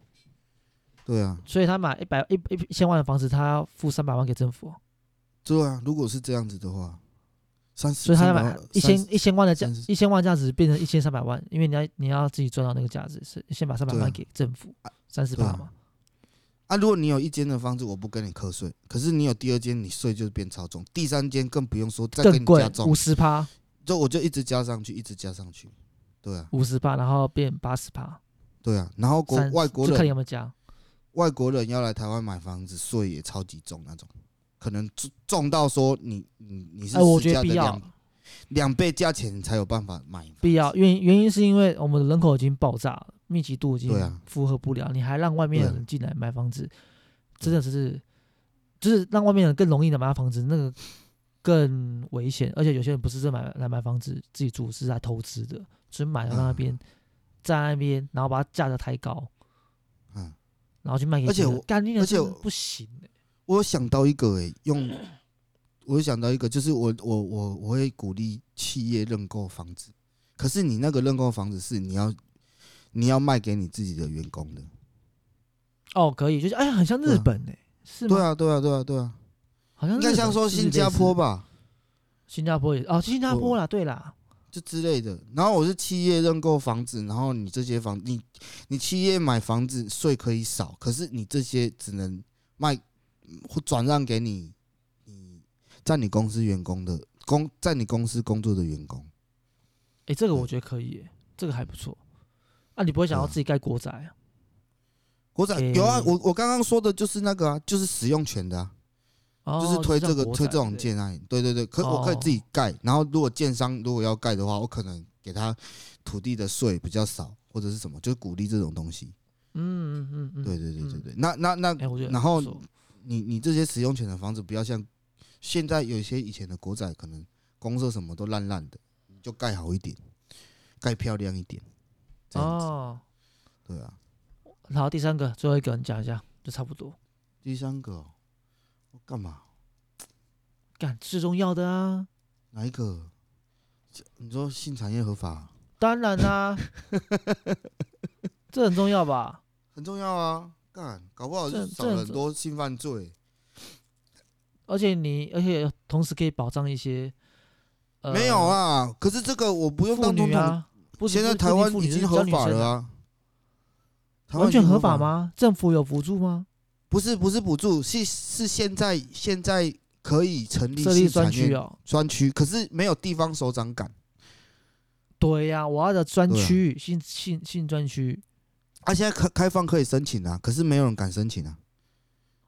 对啊，
所以他买一百一一一千万的房子，他要付三百万给政府哦，
对啊，如果是这样子的话，三十，
所以他要买一千
30
一千万的价
三十
一千万价值变成一千三百万，因为你要你要自己赚到那个价值，是先把三百
对啊
万给政府，三十
对
八
啊
嘛。
啊，如果你有一间的房子，我不跟你课税，可是你有第二间，你税就变超重，第三间更不用说，再给
更
你
贵
加，重
五，十趴，
就我就一直加上去，一直加上去，对啊，
五十趴，然后变八十趴，
对啊。然后国
三
外国
就看你
人
有没有加。
外国人要来台湾买房子，税也超级重那种，可能重重到说你你你是
哎，我
市
觉
价
得
的
必要
两两倍价钱你才有办法买房子，
必要，原因原因是因为我们的人口已经爆炸了，密集度已经
对啊
负荷不了，你还让外面的
对啊
人进来买房子，真的只是就是让外面人更容易的买到房子，那个更危险。而且有些人不是在买来买房子自己住，是来投资的，所以买到那边、在那边，然后把它价格抬高，
嗯。
然后去卖给
而且
别人
我
干你娘
而且
真的
我
不行、欸，
我有想到一个诶、用我有想到一个，就是我我我我会鼓励企业认购房子，可是你那个认购房子是你要你要卖给你自己的员工的，
哦，可以，就是哎，很像
对
日
啊
本哎、是吗？
对啊对啊对啊对啊，
好像
应该
日
像
本
说
是
新
类
加
似
坡，吧，
新加坡也哦，新加坡啦，对啦，
就之类的。然后我是企业认购房子，然后你这些房你你企业买房子税可以少，可是你这些只能卖或转让给你你在你公司员工的工在你公司工作的员工。
哎、这个
对
我觉得可以耶、这个还不错。啊，你不会想要
对啊
自己盖国宅啊？
国仔
给
有啊，我我刚刚说的就是那个啊，就是使用权的啊，
哦、
就是推这
像
个
国
推
宅
这种
之类
建案，对对对，可
哦
我可以自己盖，然后如果建商如果要盖的话，我可能给他土地的税比较少，或者是什么，就是鼓励这种东西。
嗯嗯嗯嗯，
对对对对
嗯。
对，那那那
哎、我觉得
然后
不错
你你这些使用权的房子，不要像现在有一些以前的国仔，可能公社什么都烂烂的，你就盖好一点，盖漂亮一点，这样子，
哦，
对啊。
然后第三个最后一个你讲一下，就差不多。
第三个哦，我干嘛？
干最重要的啊，
哪一个？这你说性产业合法
当然啦、这很重要吧？
很重要啊，干，搞不好
这
就少
这
了很多性犯罪。
而且你，而且同时可以保障一些，呃、
没有啊，可是这个我不用
妇
当总
女
统，
啊，不
现在台湾已经合法了
啊，
啊。台湾
完
已经
全合
法
法？吗？政府有补助吗？
不是不是补助，是是现在现在可以成立
设立
性
专
产
区
业
哦，
专区，可是没有地方首长敢。
对呀、我要的专
对啊
区域，性性性专区，
啊，现在开开放可以申请啊，可是没有人敢申请啊。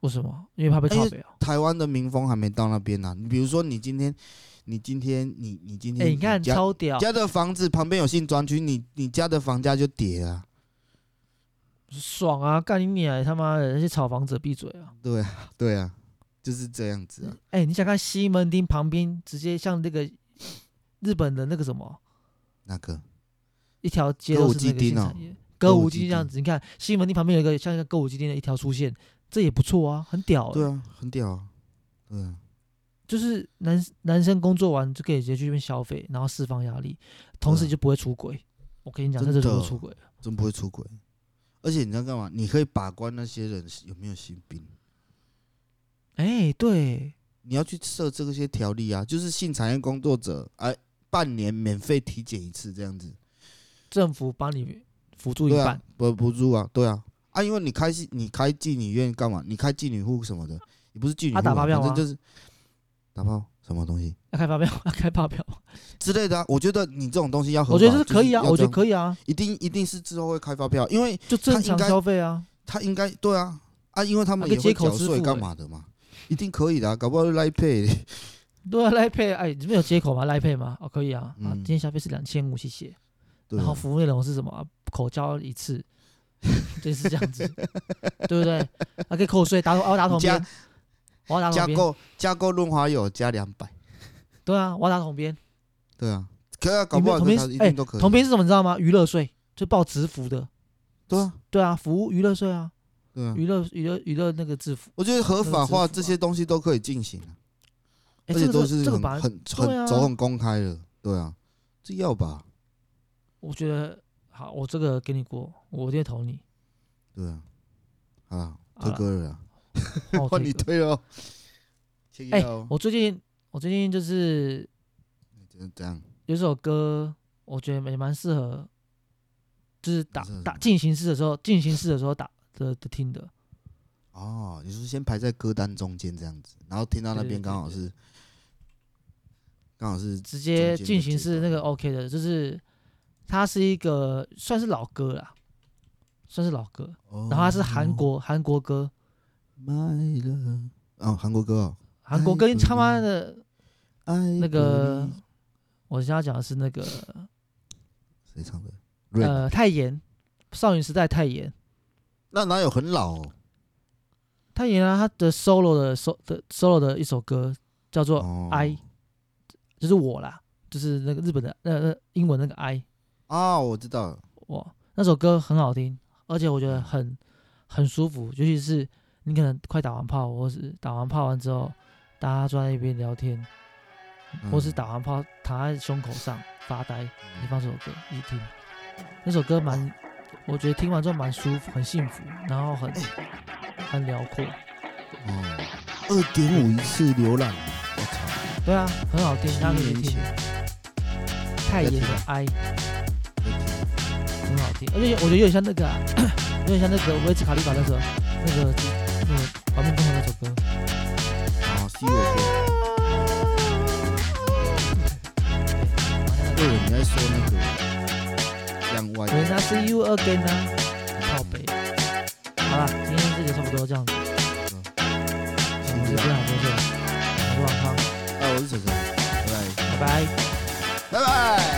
为什么？因为怕被
因
靠
为
北啊。
台湾的民风还没到那边呢、你比如说，你今天，你今天，你你今
哎、
天，
你看
家
超屌，
家的房子旁边有性专区，你你家的房价就跌了啊，
爽啊！干你娘！他妈的，那些炒房者闭嘴啊！
对啊，对啊，就是这样子啊。
哎、你想看西门町旁边，直接像那个日本的那个什么，
那个
一条街
歌舞
都是那
伎
个
町
新
哦
产业，歌
舞
舞
伎
伎町这样
町
子。你看西门町旁边有一个像一个歌舞伎町的一条出现，这也不错啊，很屌、欸。
对啊，很屌啊，对啊，
就是男男生工作完就可以直接去那边消费，然后释放压力，同时
对啊
就不会出轨。我跟你讲，
真
这就是
的
不会出轨了。
真不会出轨。而且你知道干嘛？你可以把关那些人是有没有性病，
哎、对，
你要去设这些条例啊，就是性产业工作者哎、半年免费体检一次这样子，
政府帮你辅助一
对
半，
啊，不补助啊，对啊，啊，因为你开戏你开妓女院干嘛？你开妓女户什么的，你不是妓女户、
啊打发票
反
吗
正就是打炮什么东西。
要开发票， <laughs> 要开发票。
之类的、啊。我觉得你这种东西要合法，
我觉得这是可以啊，
就是要
我觉得
这样
可以啊。
一定一定是之后会开发票，因为
就
他
正
应
常
该
消费啊。
他应该对啊啊，因为他们
那
也
个
会
接口
缴
支付
税
欸
干嘛的嘛，一定可以的、啊，搞不好来 pay
对啊，来配，哎，你们有接口吗？来配吗？哦，可以啊。啊，
嗯
今天消费是两千五，谢谢。
<laughs> 对啊、
然后服务内容是什么？啊口交一次， <laughs> 就是这样子，对不对？啊，可以扣税，打我要打桶
加
边，我要打
加
桶边。
购加购润滑油加两百，
对啊，我要打桶边。
对啊，可以啊，搞不好
同边
他一
哎
定都可以，
桶边是什么？你知道吗？娱乐税，就报直服的。
对啊
对啊，服务娱乐税啊，
对啊，
娱乐娱乐娱乐那个制服。
我觉得合法
那个
化
支付啊
这些东西都可以进行、啊，
哎，
而且
这
都
个
是
这个
很
本来
很
对啊
很走很公开的，对啊，这要吧，
我觉得好，我这个给你过，我一定投
<laughs>
你。
对啊，好啦，
好
推
啦哦
歌了啦，
换我
啊换
推
你
歌
推了哦，切一
哎
下哦，
我最近我最近就是
怎怎样？
有一首歌，我觉得也蛮适合，就是打
蛮适合什
打
么
进行式的时候，进行式的时候打的的听的。
哦，你是先排在歌单中间这样子，然后听到那
对
边
对
刚好是刚好是
直接
中间的
进行
阶
是那
段
个 OK 的，就是它是一个算是老歌啦，算是老歌，
哦，
然后它是韩国韩国歌，
My Love 哦，韩国歌哦，
韩国歌
哎
他妈
嗯
的，
I
那个
believe-
我想要讲的是那个
谁唱的？Rain
呃泰妍，少女时代泰妍，
那哪有很老哦？
泰妍啊，她的 solo 的 so 的 solo 的一首歌叫做
哦
I，就是我啦，就是那个日本的那那英文那个 I，
啊，我知道了，
哇，那首歌很好听，而且我觉得很很舒服，尤其是你可能快打完炮，或是打完炮完之后，大家坐在一边聊天，或是
嗯
打完炮躺在胸口上发呆，你放这首歌一听，那首歌蛮，我觉得听完之后蛮舒服，很幸福，然后
<laughs>
很很辽阔，
哦，二点五一次浏览，我操，
对啊，很好听，大家可以
一
去
年
听。
前，
泰妍的 I 很好听，而且我觉得有点像那个、啊， <coughs> 有点像那个维斯卡利法那首那个那个《亡命公主》那首歌。
哦，C 罗哥，对了，你在说那个两外
人家是 you again 啊，靠北。好啦，今天这节差不多这样子，我
先
们就
这
分
样，
享到这，我是王康，
啊哎，我是晨晨，拜拜，
拜拜。
拜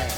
拜。